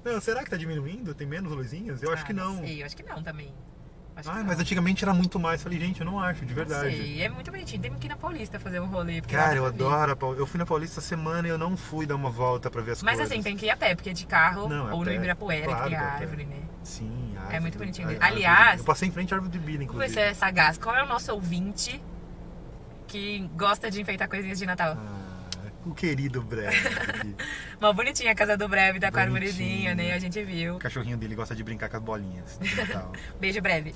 A: não, será que tá diminuindo? Tem menos luzinhas? Eu acho
B: Ah,
A: que não.
B: sei, eu acho que não também. Acho que
A: Ai,
B: não.
A: mas antigamente era muito mais. Falei, gente, eu não acho, de verdade.
B: Não sei, é muito bonitinho. Temos que ir na Paulista fazer um rolê. porque lá
A: Cara,
B: tá
A: eu
B: bonito.
A: adoro a Paulista. Eu fui na Paulista essa semana e eu não fui dar uma volta pra ver as
B: Mas
A: coisas.
B: assim, tem que ir a pé, porque é de carro
A: Não, é
B: ou
A: a
B: no
A: pé.
B: Ibirapuera,
A: Claro
B: que tem a
A: que é a pé.
B: árvore, né?
A: Sim, a
B: É
A: árvore
B: muito
A: do-
B: bonitinho.
A: a árvore do-
B: Aliás-
A: Eu passei em frente à árvore de Bira,
B: Vamos ver
A: inclusive.
B: se é sagaz. Qual é o nosso ouvinte que gosta de enfeitar coisinhas de Natal?
A: Ah, o querido Breno. aqui.
B: Uma bonitinha a casa do Breve, tá com a arvorezinha,
A: Bonitinho.
B: né? A gente
A: o
B: viu.
A: cachorrinho dele gosta de brincar com as bolinhas de Natal.
B: Beijo, Breve.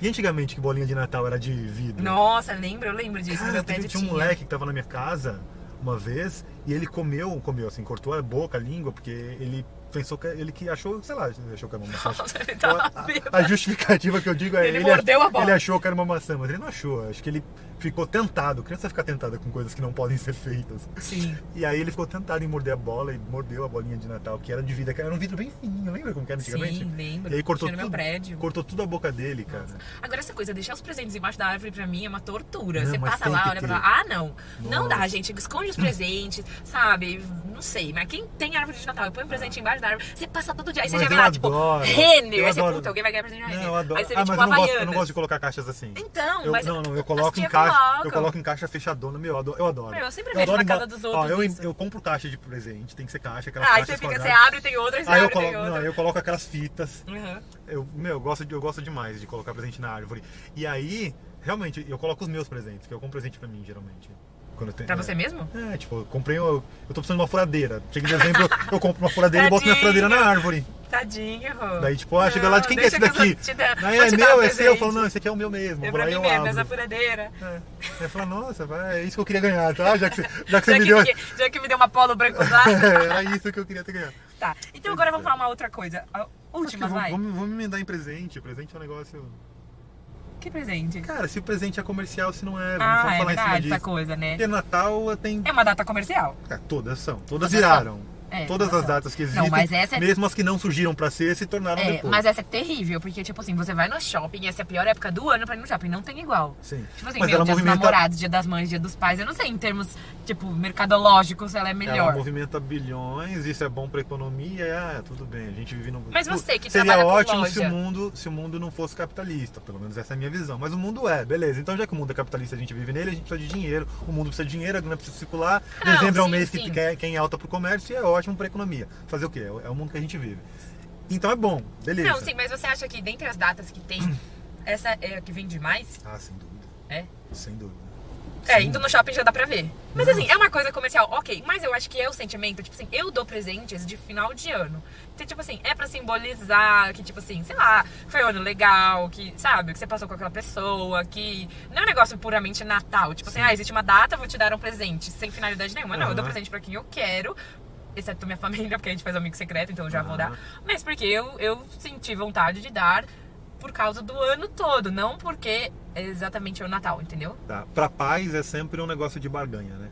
A: e antigamente que bolinha de Natal era de vidro?
B: Nossa, lembro, eu lembro disso. no
A: Cara,
B: meu pé
A: teve,
B: de
A: tinha um moleque que tava na minha casa uma vez e ele comeu, comeu assim, cortou a boca, a língua, porque ele pensou que ele que achou, sei lá, ele achou que era uma maçã.
B: Nossa, ele tá
A: Então,
B: tava
A: a,
B: bêbado.
A: a justificativa que eu digo é
B: Ele
A: ach-
B: mordeu a bola.
A: ele achou que era uma maçã, mas ele não achou. Acho que ele ficou tentado. Criança fica tentada com coisas que não podem ser feitas.
B: Sim.
A: E aí ele ficou tentado em morder a bola e mordeu a bolinha de Natal, que era de vida, cara. Era um vidro bem fininho, lembra como que era antigamente?
B: Sim, lembro.
A: E aí cortou
B: Tinha no meu
A: tudo,
B: prédio.
A: cortou tudo a boca dele, cara.
B: Agora essa coisa, deixar os presentes embaixo da árvore pra mim é uma tortura.
A: Não,
B: Você
A: mas
B: passa
A: tem
B: lá,
A: que
B: olha pra
A: ter.
B: lá. Ah, não. Não
A: Nossa.
B: dá, gente. Esconde os presentes, sabe? Não sei. Mas quem tem árvore de Natal e põe um presente embaixo da árvore, você passa todo dia. Aí você
A: Mas
B: já vê
A: eu
B: lá, tipo,
A: adoro.
B: Renner.
A: Eu
B: Aí você,
A: adoro.
B: puta, alguém vai ganhar presente de
A: Não,
B: Renner.
A: eu adoro.
B: Aí você vê,
A: ah, mas
B: tipo,
A: eu não gosto, eu não
B: Havaianas.
A: gosto de colocar caixas assim.
B: Então,
A: Eu,
B: mas... tipo,
A: não, não, eu
B: as
A: coloco em
B: tias
A: caixa.
B: colocam.
A: Eu coloco em caixa fechadona, meu, eu adoro. Eu, adoro.
B: Meu, eu sempre vejo
A: adoro
B: na casa
A: emba-
B: dos
A: Ó,
B: outros
A: eu,
B: isso.
A: eu compro caixa de presente, tem que ser caixa, aquelas
B: Ah, aí você
A: caixas
B: fica, você
A: quadradas.
B: abre, tem outra, aí você
A: Aí eu
B: abre,
A: coloco,
B: tem
A: não,
B: outra.
A: aí eu coloco aquelas fitas.
B: Uhum.
A: Eu, meu, eu gosto, de, eu gosto demais de colocar presente na árvore. E aí, realmente, eu coloco os meus presentes, que eu compro presente pra mim, geralmente. Quando eu tenho,
B: Pra
A: é.
B: você mesmo?
A: É, tipo, eu comprei, eu, eu tô precisando de uma furadeira. Chega em dezembro, eu compro uma furadeira e boto minha
B: Tadinho.
A: furadeira na árvore.
B: Tadinho.
A: Daí, tipo, ah, chega lá, de quem que é
B: deixa
A: esse daqui?
B: eu te dar-
A: Não,
B: vou
A: é
B: te dar um
A: meu, é seu. Eu
B: presente.
A: falo, não, esse aqui é o meu mesmo.
B: É
A: Vou lá
B: pra
A: e
B: mim
A: eu
B: mesmo, essa
A: abro.
B: furadeira.
A: É. Aí fala, nossa, vai, é isso que eu queria ganhar, tá? Já que você, já que
B: Já
A: você me
B: que,
A: deu.
B: me, já que me deu uma polo branco lá.
A: Era isso que eu queria ter ganhado.
B: tá. Então agora vamos falar uma outra coisa. A
A: Acho que
B: última,
A: vamos-
B: vai.
A: Vamos, vamos emendar em presente. Presente é um negócio.
B: Que presente?
A: Cara, se o presente é comercial, se não é, vamos
B: Ah,
A: vamos
B: é
A: falar em cima
B: verdade
A: disso.
B: essa coisa, né?
A: Porque Natal tem.
B: É uma data comercial.
A: Ah, todas são. Todas
B: são.
A: viraram.
B: É,
A: todas
B: todas
A: as
B: são.
A: datas que
B: Não,
A: existem,
B: mas essa é-
A: mesmo as que não surgiram pra ser, se tornaram
B: É,
A: depois.
B: mas essa é terrível, porque, tipo assim, você vai no shopping, essa é a pior época do ano pra ir no shopping, não tem igual.
A: Sim.
B: Tipo assim,
A: Mas
B: meu,
A: ela
B: dia
A: movimenta-
B: dos namorados, dia das mães, dia dos pais, eu não sei em termos, tipo, mercadológicos, ela é
A: Ela
B: melhor.
A: movimenta bilhões, isso é bom pra economia, ah, tudo bem, a gente vive num... tipo,
B: Mas você que
A: Seria
B: trabalha com
A: ótimo
B: loja.
A: se o mundo se o mundo não fosse capitalista, pelo menos essa é a minha visão. Mas o mundo é, beleza. Então já que o mundo é capitalista, a gente vive nele, a gente precisa de dinheiro. O mundo precisa de dinheiro, a grana precisa circular.
B: Não,
A: Dezembro é um
B: sim,
A: mês
B: sim.
A: que, quer- que é em alta pro comércio e é ótimo pra economia. Fazer o quê? É o- É o mundo que a gente vive. Então é bom, beleza.
B: Não, sim, mas você acha que dentre as datas que tem, essa é a que vende mais?
A: Ah, sem dúvida.
B: É?
A: Sem dúvida. Sim.
B: É,
A: Uhum.
B: indo no shopping já dá pra ver. Mas assim, é uma coisa comercial, ok. Mas eu acho que é o sentimento, tipo assim, eu dou presentes de final de ano. Então, tipo assim, é pra simbolizar que, tipo assim, sei lá, foi um ano legal, que, sabe, que você passou com aquela pessoa, que. Não é um negócio puramente natal. Tipo assim, ah, existe uma data, vou te dar um presente, sem finalidade nenhuma. Não, eu dou
A: Aham.
B: presente pra quem eu quero. Exceto minha família, porque a gente faz amigo secreto, então eu já vou dar.
A: Aham.
B: Mas porque eu, eu senti vontade de dar por causa do ano todo, não porque é exatamente é o Natal, entendeu?
A: Tá. Pra pais é sempre um negócio de barganha, né?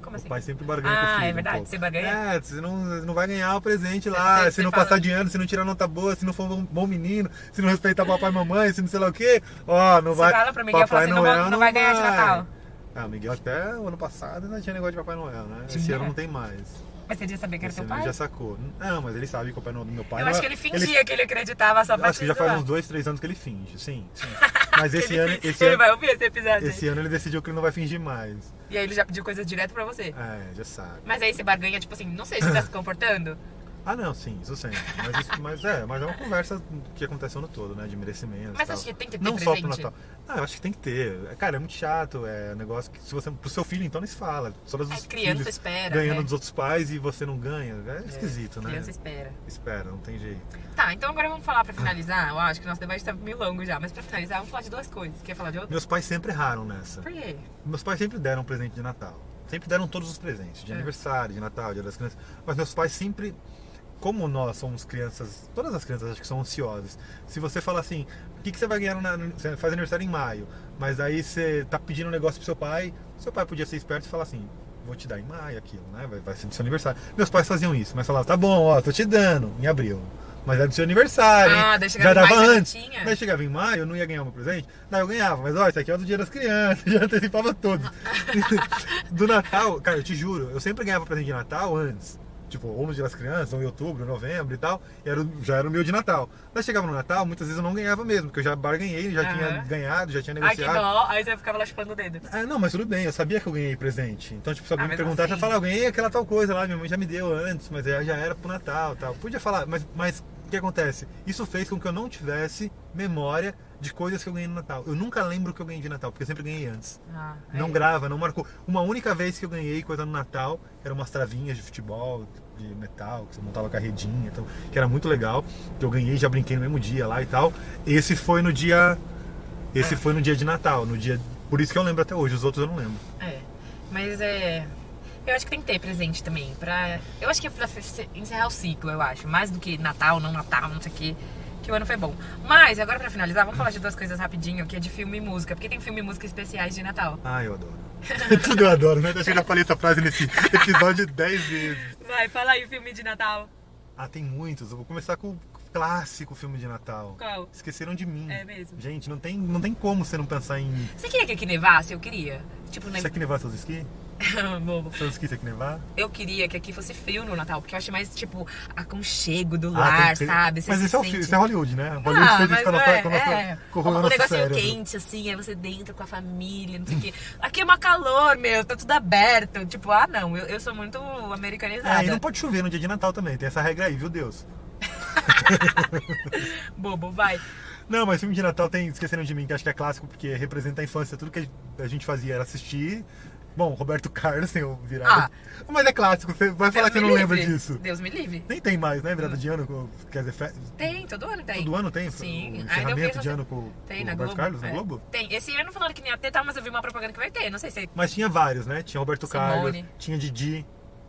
B: Como assim?
A: O pai sempre barganha com o
B: Ah,
A: filho.
B: é
A: um
B: verdade,
A: pouco.
B: você barganha?
A: É, você não, não vai ganhar o presente
B: Você-
A: lá.
B: você
A: se não
B: fala-
A: passar de ano, se não tirar nota boa, se não for um bom menino, se não respeitar papai e mamãe, se não sei lá o quê. Ó, não
B: Você
A: vai.
B: fala pro Miguel, fala assim, não vou- não vai ganhar de Natal.
A: Ah, o Miguel até o ano passado ainda tinha negócio de Papai Noel, né? Esse
B: Tinha.
A: ano não tem mais.
B: Mas você devia saber que era
A: Esse
B: teu
A: ano
B: pai?
A: ele já sacou. Não, mas ele sabe que o Papai Noel do meu pai.
B: Eu
A: não
B: acho
A: é-
B: que ele fingia que ele acreditava só pra
A: Acho que já
B: te
A: faz
B: zoar.
A: uns dois, três anos que ele finge, sim. sim. Mas esse
B: Ele
A: ano,
B: finge-
A: esse,
B: ele
A: ano,
B: vai ouvir esse episódio.
A: esse ano ele decidiu que ele não vai fingir mais.
B: E aí ele já pediu coisas direto pra você.
A: É, já sabe.
B: Mas aí você barganha, tipo assim, não sei se você tá se comportando.
A: Ah, não, sim, isso sempre. Mas, isso- mas é, mas é uma conversa que acontece o ano todo, né? De merecimento. e
B: Mas
A: tal.
B: acho que tem que ter
A: Não só pro
B: presente.
A: Natal. Ah, eu acho que tem que ter. Cara, é muito chato. É um negócio que se você. Pro seu filho, então, nem se fala. Todas
B: Mas
A: as
B: É, criança
A: filhos
B: espera,
A: ganhando
B: né?
A: dos outros pais e você não ganha. É esquisito, né?
B: Criança espera.
A: Espera, não tem jeito.
B: Tá, então agora vamos falar pra finalizar. Eu acho que nosso debate tá meio longo já, mas pra finalizar, vamos falar de duas coisas. Quer falar de outra?
A: Meus pais sempre erraram nessa.
B: Por quê?
A: Meus pais sempre deram um presente de Natal. Sempre deram todos os presentes, de
B: É.
A: aniversário, de Natal, dia das crianças. Mas meus pais sempre, como nós somos crianças, todas as crianças acho que são ansiosas. Se você fala assim, o que, que você vai ganhar? Na, você faz aniversário em maio, mas aí você tá pedindo um negócio pro seu pai, seu pai podia ser esperto e falar assim. Vou te dar em maio aquilo, né? Vai, vai ser do seu aniversário. Meus pais faziam isso, mas falavam, tá bom, ó, tô te dando em abril. Mas é do seu aniversário. hein?
B: Ah, daí chegava
A: Já
B: em maio
A: dava
B: você não
A: antes.
B: tinha.
A: Daí chegava em maio, eu não ia ganhar o meu presente. Daí eu ganhava, mas olha, isso aqui é do dia das crianças, já antecipava todos. do Natal, cara, eu te juro, eu sempre ganhava presente de Natal antes. Tipo, ou no dia das crianças, ou em outubro, novembro e tal, e era, o- já era o meu de Natal. Mas chegava no Natal, muitas vezes eu não ganhava mesmo, porque eu já barganhei, já
B: Aham.
A: tinha ganhado, já tinha
B: Ai, que
A: negociado.
B: dó. Aí você ficava lá chupando o dedo.
A: Ah, não, mas tudo bem, eu sabia que eu ganhei presente. Então, tipo, se alguém
B: né? Ah,
A: me
B: mas
A: perguntar,
B: assim-
A: já fala, eu ganhei aquela tal coisa lá, minha mãe já me deu antes, mas aí já era pro Natal tal. Podia falar, mas, mas o que acontece? Isso fez com que eu não tivesse memória de coisas que eu ganhei no Natal. Eu nunca lembro o que eu ganhei de Natal, porque eu sempre ganhei antes.
B: Ah,
A: Não
B: aí.
A: grava, não marcou. Uma única vez que eu ganhei coisa no Natal, eram umas travinhas de futebol, de metal, que você montava carredinha, então, que era muito legal. Que eu ganhei, já brinquei no mesmo dia lá e tal. Esse foi no dia. Esse foi no dia de Natal, no dia. Por isso que eu lembro até hoje, os outros eu não lembro.
B: É. Mas é. Eu acho que tem que ter presente também. Pra... Eu acho que é pra fe- encerrar o ciclo, eu acho. Mais do que Natal, não Natal, não sei o quê. Que o ano foi bom. Mas, agora pra finalizar, vamos falar de duas coisas rapidinho, que é de filme e música. Porque tem filme e música especiais de Natal.
A: Ah, eu adoro. Tudo eu adoro, né? Acho que eu já falei essa frase nesse episódio 10 vezes.
B: Vai, fala aí o filme de Natal.
A: Ah, tem muitos. Eu vou começar com o clássico filme de Natal.
B: Qual?
A: Esqueceram de mim.
B: É mesmo?
A: Gente, não tem, não tem como você não pensar em.
B: Você queria que aqui nevasse? Eu queria. Tipo,
A: Você
B: ne...
A: quer que nevar seus esqui?
B: Bobo.
A: Seus esqui você quer que nevar?
B: eu queria que aqui fosse frio no Natal, porque eu achei mais, tipo, aconchego do
A: Ah, tem
B: lar,
A: que ter-
B: sabe? Você
A: Mas
B: se
A: isso é, o
B: sente-
A: filme, isso é Hollywood, né? Hollywood
B: Ah,
A: fez
B: mas
A: isso com a
B: não
A: nossa,
B: é,
A: com a nossa,
B: é.
A: corroeu
B: Um
A: nosso
B: negocinho
A: cérebro.
B: quente, assim, aí você dentro com a família, não sei o quê. Aqui é uma calor, meu, tá tudo aberto. Tipo, ah, não, eu, eu sou muito
A: É,
B: americanizada.
A: e não pode chover no dia de Natal também, tem essa regra aí, viu Deus?
B: Bobo, vai.
A: Não, mas filme de Natal tem Esqueceram de Mim, que acho que é clássico, porque representa a infância. Tudo que a gente fazia era assistir, Bom, Roberto Carlos tem o
B: Ah.
A: virada. Mas é clássico, você vai falar
B: Deus
A: que
B: me
A: não lembra
B: livre.
A: disso.
B: Deus me livre.
A: Nem tem mais, né? Virada de ano, com- quer dizer, fe...
B: Tem, todo ano Hum. tem.
A: todo ano tem?
B: Sim.
A: O
B: Ainda eu
A: encerramento
B: vejo
A: de
B: essa-
A: ano com,
B: Tem
A: com
B: na
A: Roberto
B: Globo.
A: Carlos,
B: é.
A: no Globo?
B: Tem. Esse ano falaram que nem até tá, mas eu vi uma propaganda que vai ter. Não sei se.
A: Mas tinha vários, né? Tinha Roberto
B: Simone.
A: Carlos, tinha Didi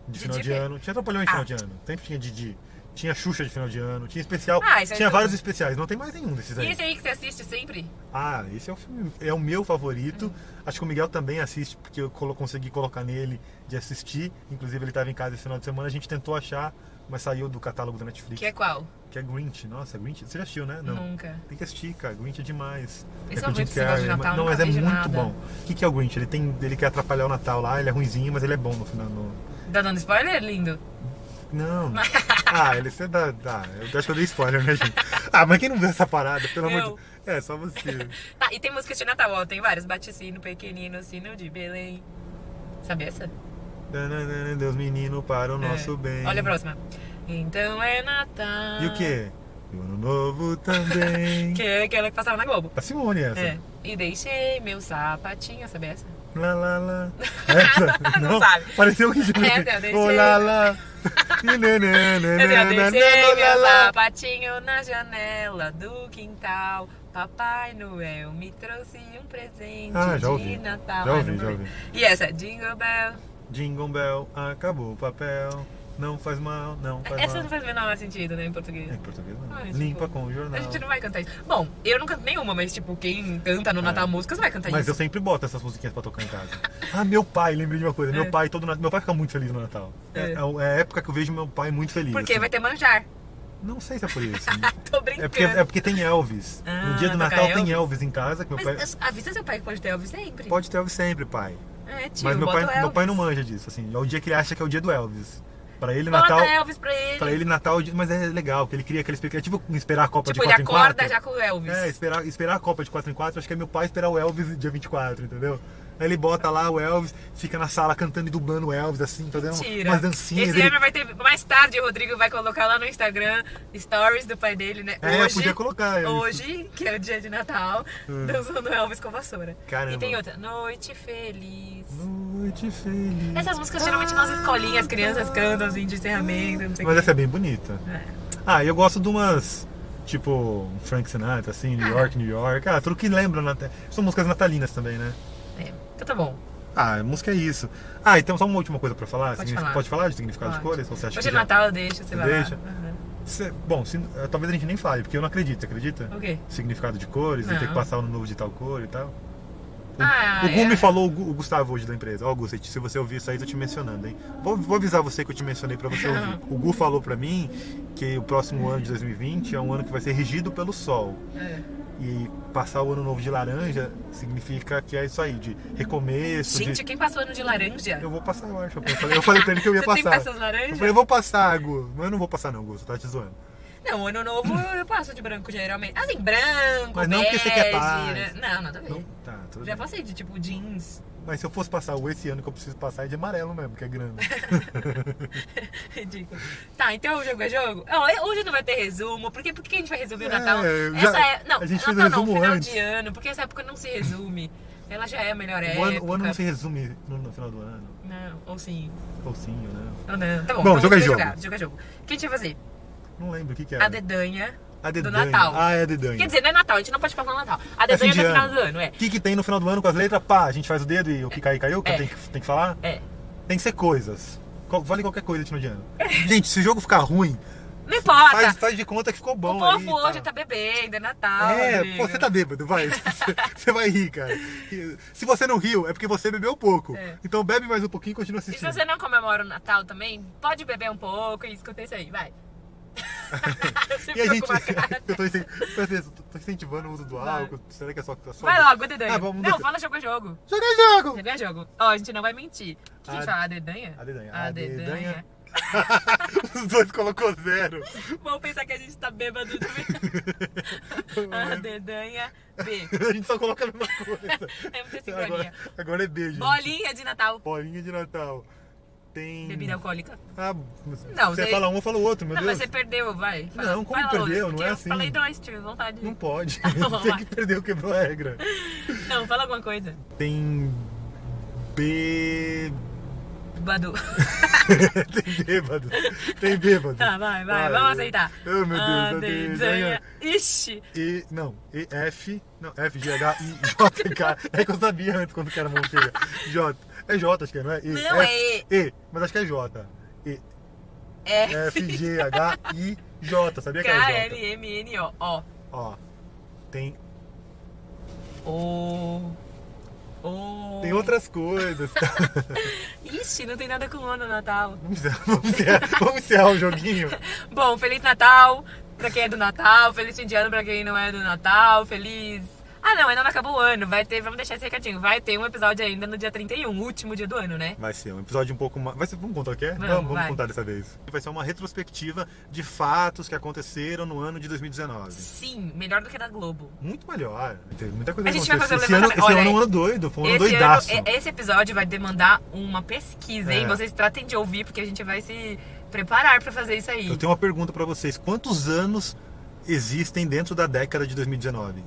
A: de final
B: Didi
A: de
B: quem?
A: ano, tinha Trapalhões de
B: Ah.
A: final de ano, sempre tinha Didi. Tinha Xuxa de final de ano, tinha especial.
B: Ah, isso aí
A: tinha
B: tudo.
A: vários especiais, não tem mais nenhum desses
B: E
A: aí.
B: esse aí que você assiste sempre?
A: Ah, esse é o, filme- é o meu favorito.
B: Uhum.
A: Acho que o Miguel também assiste, porque eu colo- consegui colocar nele de assistir. Inclusive, ele estava em casa esse final de semana, a gente tentou achar, mas saiu do catálogo da Netflix.
B: Que é qual?
A: Que é Grinch, nossa, Grinch. Você já assistiu, né?
B: Nunca.
A: Tem que assistir, cara. Grinch é demais. é
B: Esse um
A: com
B: eu
A: o Jim
B: vejo esse negócio de
A: Carrey,
B: Natal,
A: mas- Não,
B: nunca
A: mas é
B: vejo
A: muito
B: nada.
A: bom. O que, que é o Grinch? Ele, tem, ele quer atrapalhar o Natal lá, ele é ruinzinho, mas ele é bom no final. no-
B: Tá dando spoiler, lindo?
A: Não. ah, ele você dá, dá. Eu acho que eu dei spoiler, né, gente? Ah, mas quem não viu essa parada, pelo
B: Eu.
A: amor de Deus. É, só você.
B: Tá, e tem músicas de Natal, ó. Tem várias. Bate sino pequenino, sino de Belém. Sabe essa?
A: Dananana, Deus menino para o nosso
B: É.
A: bem.
B: Olha a próxima. Então é Natal.
A: E o quê? E o ano novo também.
B: Que é aquela que passava na Globo.
A: A Simone essa.
B: É. E deixei meu sapatinho, sabe essa?
A: Lá, lá, lá. É Essa?
B: Não sabe.
A: Pareceu que tipo.
B: Essa eu deixei.
A: Oh, lá, lá. E nê, nê, nê,
B: Mas eu
A: nê, nê,
B: Assim,
A: nê, lá,
B: deixei meu
A: lá.
B: sapatinho na janela do quintal. Papai Noel me trouxe um presente
A: Ah, já
B: de
A: ouvi.
B: Natal.
A: Já
B: Ah,
A: ouvi,
B: nunca
A: já
B: vi.
A: ouvi.
B: E essa, Jingle Bell.
A: Jingle Bell, acabou o papel. Não faz mal, não faz
B: essa
A: mal.
B: não faz o menor sentido, né, em português.
A: É, Em português não.
B: Ah, tipo,
A: Limpa com o jornal.
B: A gente não vai cantar isso. Bom, eu não canto nenhuma, mas tipo, quem canta no Natal músicas vai cantar
A: Ah, Mas
B: isso.
A: eu sempre boto essas musiquinhas pra tocar em casa. Ah, meu pai, lembrei de uma coisa. Meu
B: É.
A: pai, todo Natal. Meu pai fica muito feliz no Natal. É,
B: É.
A: é a época que eu vejo meu pai muito feliz.
B: Porque
A: assim.
B: vai ter manjar.
A: Não sei se é por isso.
B: Tô brincando.
A: é, porque, é porque tem Elvis.
B: Ah,
A: no dia do
B: toca
A: Natal
B: Elvis.
A: tem Elvis em casa. Que meu
B: Mas
A: pai...
B: eu- avisa seu pai que pode ter Elvis sempre.
A: Pode ter Elvis sempre, pai.
B: É, tio,
A: Mas meu
B: bota
A: pai,
B: o
A: meu
B: Elvis.
A: pai não manja disso, assim. É o dia que ele acha que é o dia do Elvis. Pra ele,
B: Bota
A: Natal.
B: Elvis pra ele.
A: Pra ele, Natal. é o dia- Mas é legal, porque ele cria aquele. expectativa- É tipo esperar a Copa
B: tipo,
A: de 4
B: ele
A: em 4.
B: acorda já com o Elvis.
A: É, esperar, esperar a Copa de 4 em 4, acho que é meu pai esperar o Elvis dia 24, entendeu? Aí ele bota lá o Elvis, fica na sala cantando e dublando o Elvis, assim, fazendo
B: Mentira.
A: umas dancinhas.
B: Esse é
A: ele-
B: ano vai ter. Mais tarde o Rodrigo vai colocar lá no Instagram stories do pai dele, né?
A: É,
B: hoje,
A: podia colocar, é isso.
B: Hoje, que é o dia de Natal, dançando Elvis com vassoura.
A: Caramba.
B: E tem outra. Noite Feliz.
A: Noite feliz. Ah,
B: Essas músicas geralmente nas escolinhas, as crianças cantam assim de encerramento, não sei o
A: Mas
B: quê.
A: essa é bem bonita. Ah, e eu gosto de umas. Tipo, Frank Sinatra, assim, New York, New York. Ah, tudo que lembra. Nat- São músicas natalinas também, né?
B: É. Então tá bom.
A: Ah, música é isso. Ah, então só uma última coisa pra falar.
B: Pode
A: Signifi-
B: falar.
A: Pode falar de significado de cores? Ou você acha
B: Hoje
A: que
B: é
A: já-
B: Natal, deixa, você vai
A: Deixa.
B: lá. Uhum.
A: Cê- bom, se- eh, talvez a gente nem fale, porque eu não acredito, você acredita?
B: O quê?
A: Significado de cores, e
B: Não.
A: ter que passar o ano novo de tal cor e tal. O,
B: Ah,
A: o Gu
B: é.
A: me falou, o, Gu- o Gustavo hoje da empresa. Ó, Gu, se se você ouvir isso aí, tô te mencionando, hein? Vou, vou avisar você que eu te mencionei pra você ouvir. O Gu falou pra mim que o próximo ano de 2020 é um ano que vai ser regido pelo sol.
B: É.
A: E passar o ano novo de laranja significa que é isso aí, de recomeço. de-
B: Gente, quem passou ano de laranja?
A: Eu vou passar, eu acho. Eu falei- Eu falei pra ele que eu ia
B: Você tem que
A: passar.
B: passar as
A: eu
B: laranjas?
A: falei, eu vou passar, Gu. Mas eu não vou passar não, Gu, você tá te zoando.
B: Não, ano novo eu passo de branco geralmente. Assim, branco,
A: Mas não porque você quer
B: bege,
A: paz.
B: né? Não, nada a ver.
A: Não, tá, tudo
B: Já
A: bem.
B: passei de tipo jeans
A: Mas se eu fosse passar o esse ano que eu preciso passar é de amarelo mesmo, que é grana.
B: ridículo. Tá, então o jogo é jogo? Ó, Hoje não vai ter resumo, porque por que a gente vai resumir o
A: É,
B: Natal?
A: já-
B: essa é. Não,
A: a gente
B: Natal
A: fez o
B: não,
A: resumo
B: final
A: antes.
B: de ano, porque essa época não se resume. Ela já é a melhor
A: O
B: época.
A: ano, o ano não se resume no, no final do ano.
B: Não, ou sim,
A: Calcinho, né?
B: ou não. Tá bom,
A: Bom,
B: então
A: jogo é
B: vamos
A: jogo.
B: jogar, jogo é jogo. O que a gente vai fazer?
A: Não lembro o que, que era.
B: A dedanha.
A: A
B: do
A: dedanha.
B: Natal.
A: Ah, é a dedanha.
B: Quer dizer, não é Natal, a gente não pode falar Natal. A
A: É fim
B: dedanha é
A: de
B: no final
A: ano.
B: do ano, é.
A: O que, que tem no final do ano com as letras? Pá, a gente faz o dedo e o que cair, caiu, que
B: É.
A: tem, que- tem que falar?
B: É.
A: Tem que ser coisas. Qual- Vale qualquer coisa de final de ano. Gente, se o jogo ficar ruim,
B: Não importa.
A: faz, faz de conta que ficou bom.
B: Ah, tá. o
A: aí,
B: povo hoje tá bebendo, é Natal.
A: É,
B: amigo.
A: pô, você tá bêbado, vai. Você- Você vai rir, cara. Se você não riu, é porque você bebeu pouco.
B: É.
A: Então bebe mais um pouquinho e continua
B: E se
A: assistindo.
B: você não comemora o Natal também, pode beber um pouco e escuta isso aí, vai. Você
A: E a
B: ficou
A: gente.
B: com uma cara.
A: eu tô, incen- tô incen- tô incentivando o uso do
B: Vai.
A: álcool. Será que é só. é só...
B: Vai logo, a dedanha.
A: Ah, vamos
B: não,
A: descer.
B: fala jogo a jogo.
A: Joga jogo!
B: Jogo a jogo. Ó, a gente não vai mentir. O que a gente
A: A-
B: fala? A dedanha?
A: A dedanha.
B: A
A: A dedanha.
B: dedanha.
A: Os dois colocou zero.
B: Vão pensar que a gente tá bêbado também. a dedanha B.
A: A gente só coloca a mesma coisa.
B: É muita
A: Agora,
B: sincronia.
A: agora é beijo.
B: Bolinha de Natal.
A: Bolinha de Natal. Tem.
B: Bebida alcoólica.
A: Ah,
B: Não,
A: você
B: você-
A: fala um, eu falo outro, meu
B: Não, mas
A: Deus.
B: você perdeu, vai. Fala-
A: Não, como
B: fala outro,
A: perdeu? Não
B: porque
A: é
B: eu
A: assim.
B: Falei dois, tive vontade.
A: Não pode.
B: Não,
A: Você
B: vai.
A: que perdeu, quebrou a regra.
B: Não, fala alguma coisa.
A: Tem. B.
B: Badu.
A: Tem bêbado. Tem bêbado.
B: Tá, vai, vai, vamos aceitar. Ah,
A: Oh, meu Deus. meu Deus.
B: Adedanha. Ixi,
A: E, não, E, F, não, F, G, H, I, J, K. É que eu sabia antes quando que era mão chega. J. É J, acho que é, não é? E,
B: Não,
A: F, é E. mas acho que é J. E,
B: é
A: F, G, H, I, J. Sabia que
B: K,
A: era J?
B: L, M, N, O. Ó.
A: Ó, tem,
B: O. O.
A: tem outras coisas. tá?
B: Ixi, não tem nada com o ano Natal.
A: Vamos encerrar, vamos encerrar, vamos encerrar o joguinho?
B: Bom, Feliz Natal pra quem é do Natal, Feliz Fim de Ano pra quem não é do Natal, Feliz... Ah não, ainda não acabou o ano, vai ter, vamos deixar esse recadinho, vai ter um episódio ainda no dia 31, último dia do ano, né?
A: Vai ser um episódio um pouco mais. Vai ser, vamos contar o que é?
B: Vamos,
A: vamos
B: vai.
A: contar dessa vez. Vai ser uma retrospectiva de fatos que aconteceram no ano de 2019.
B: Sim, melhor do que a da Globo.
A: Muito melhor. Teve muita coisa
B: A gente
A: que
B: vai
A: aconteceu.
B: fazer um
A: Esse ano, esse
B: levantamento.
A: ano é um
B: Olha,
A: ano doido, foi um ano
B: esse,
A: doidaço.
B: ano- é- esse episódio vai demandar uma pesquisa, hein?
A: É.
B: Vocês tratem de ouvir, porque a gente vai se preparar pra fazer isso aí.
A: Eu tenho uma pergunta pra vocês: quantos anos existem dentro da década de 2019?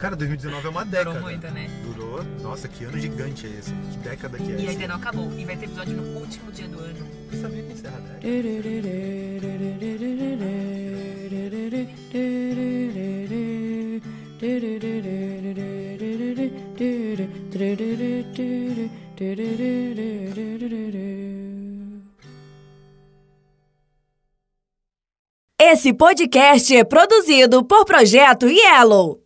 A: Cara, 2019 é uma década.
B: Durou muito, né?
A: Durou. Nossa, que ano gigante é esse? Que década que é
B: E é-
A: essa?
B: ainda não acabou, e vai ter episódio no último dia do ano.
A: Eu sabia que encerra a década.
C: Esse podcast é produzido por Projeto Yellow.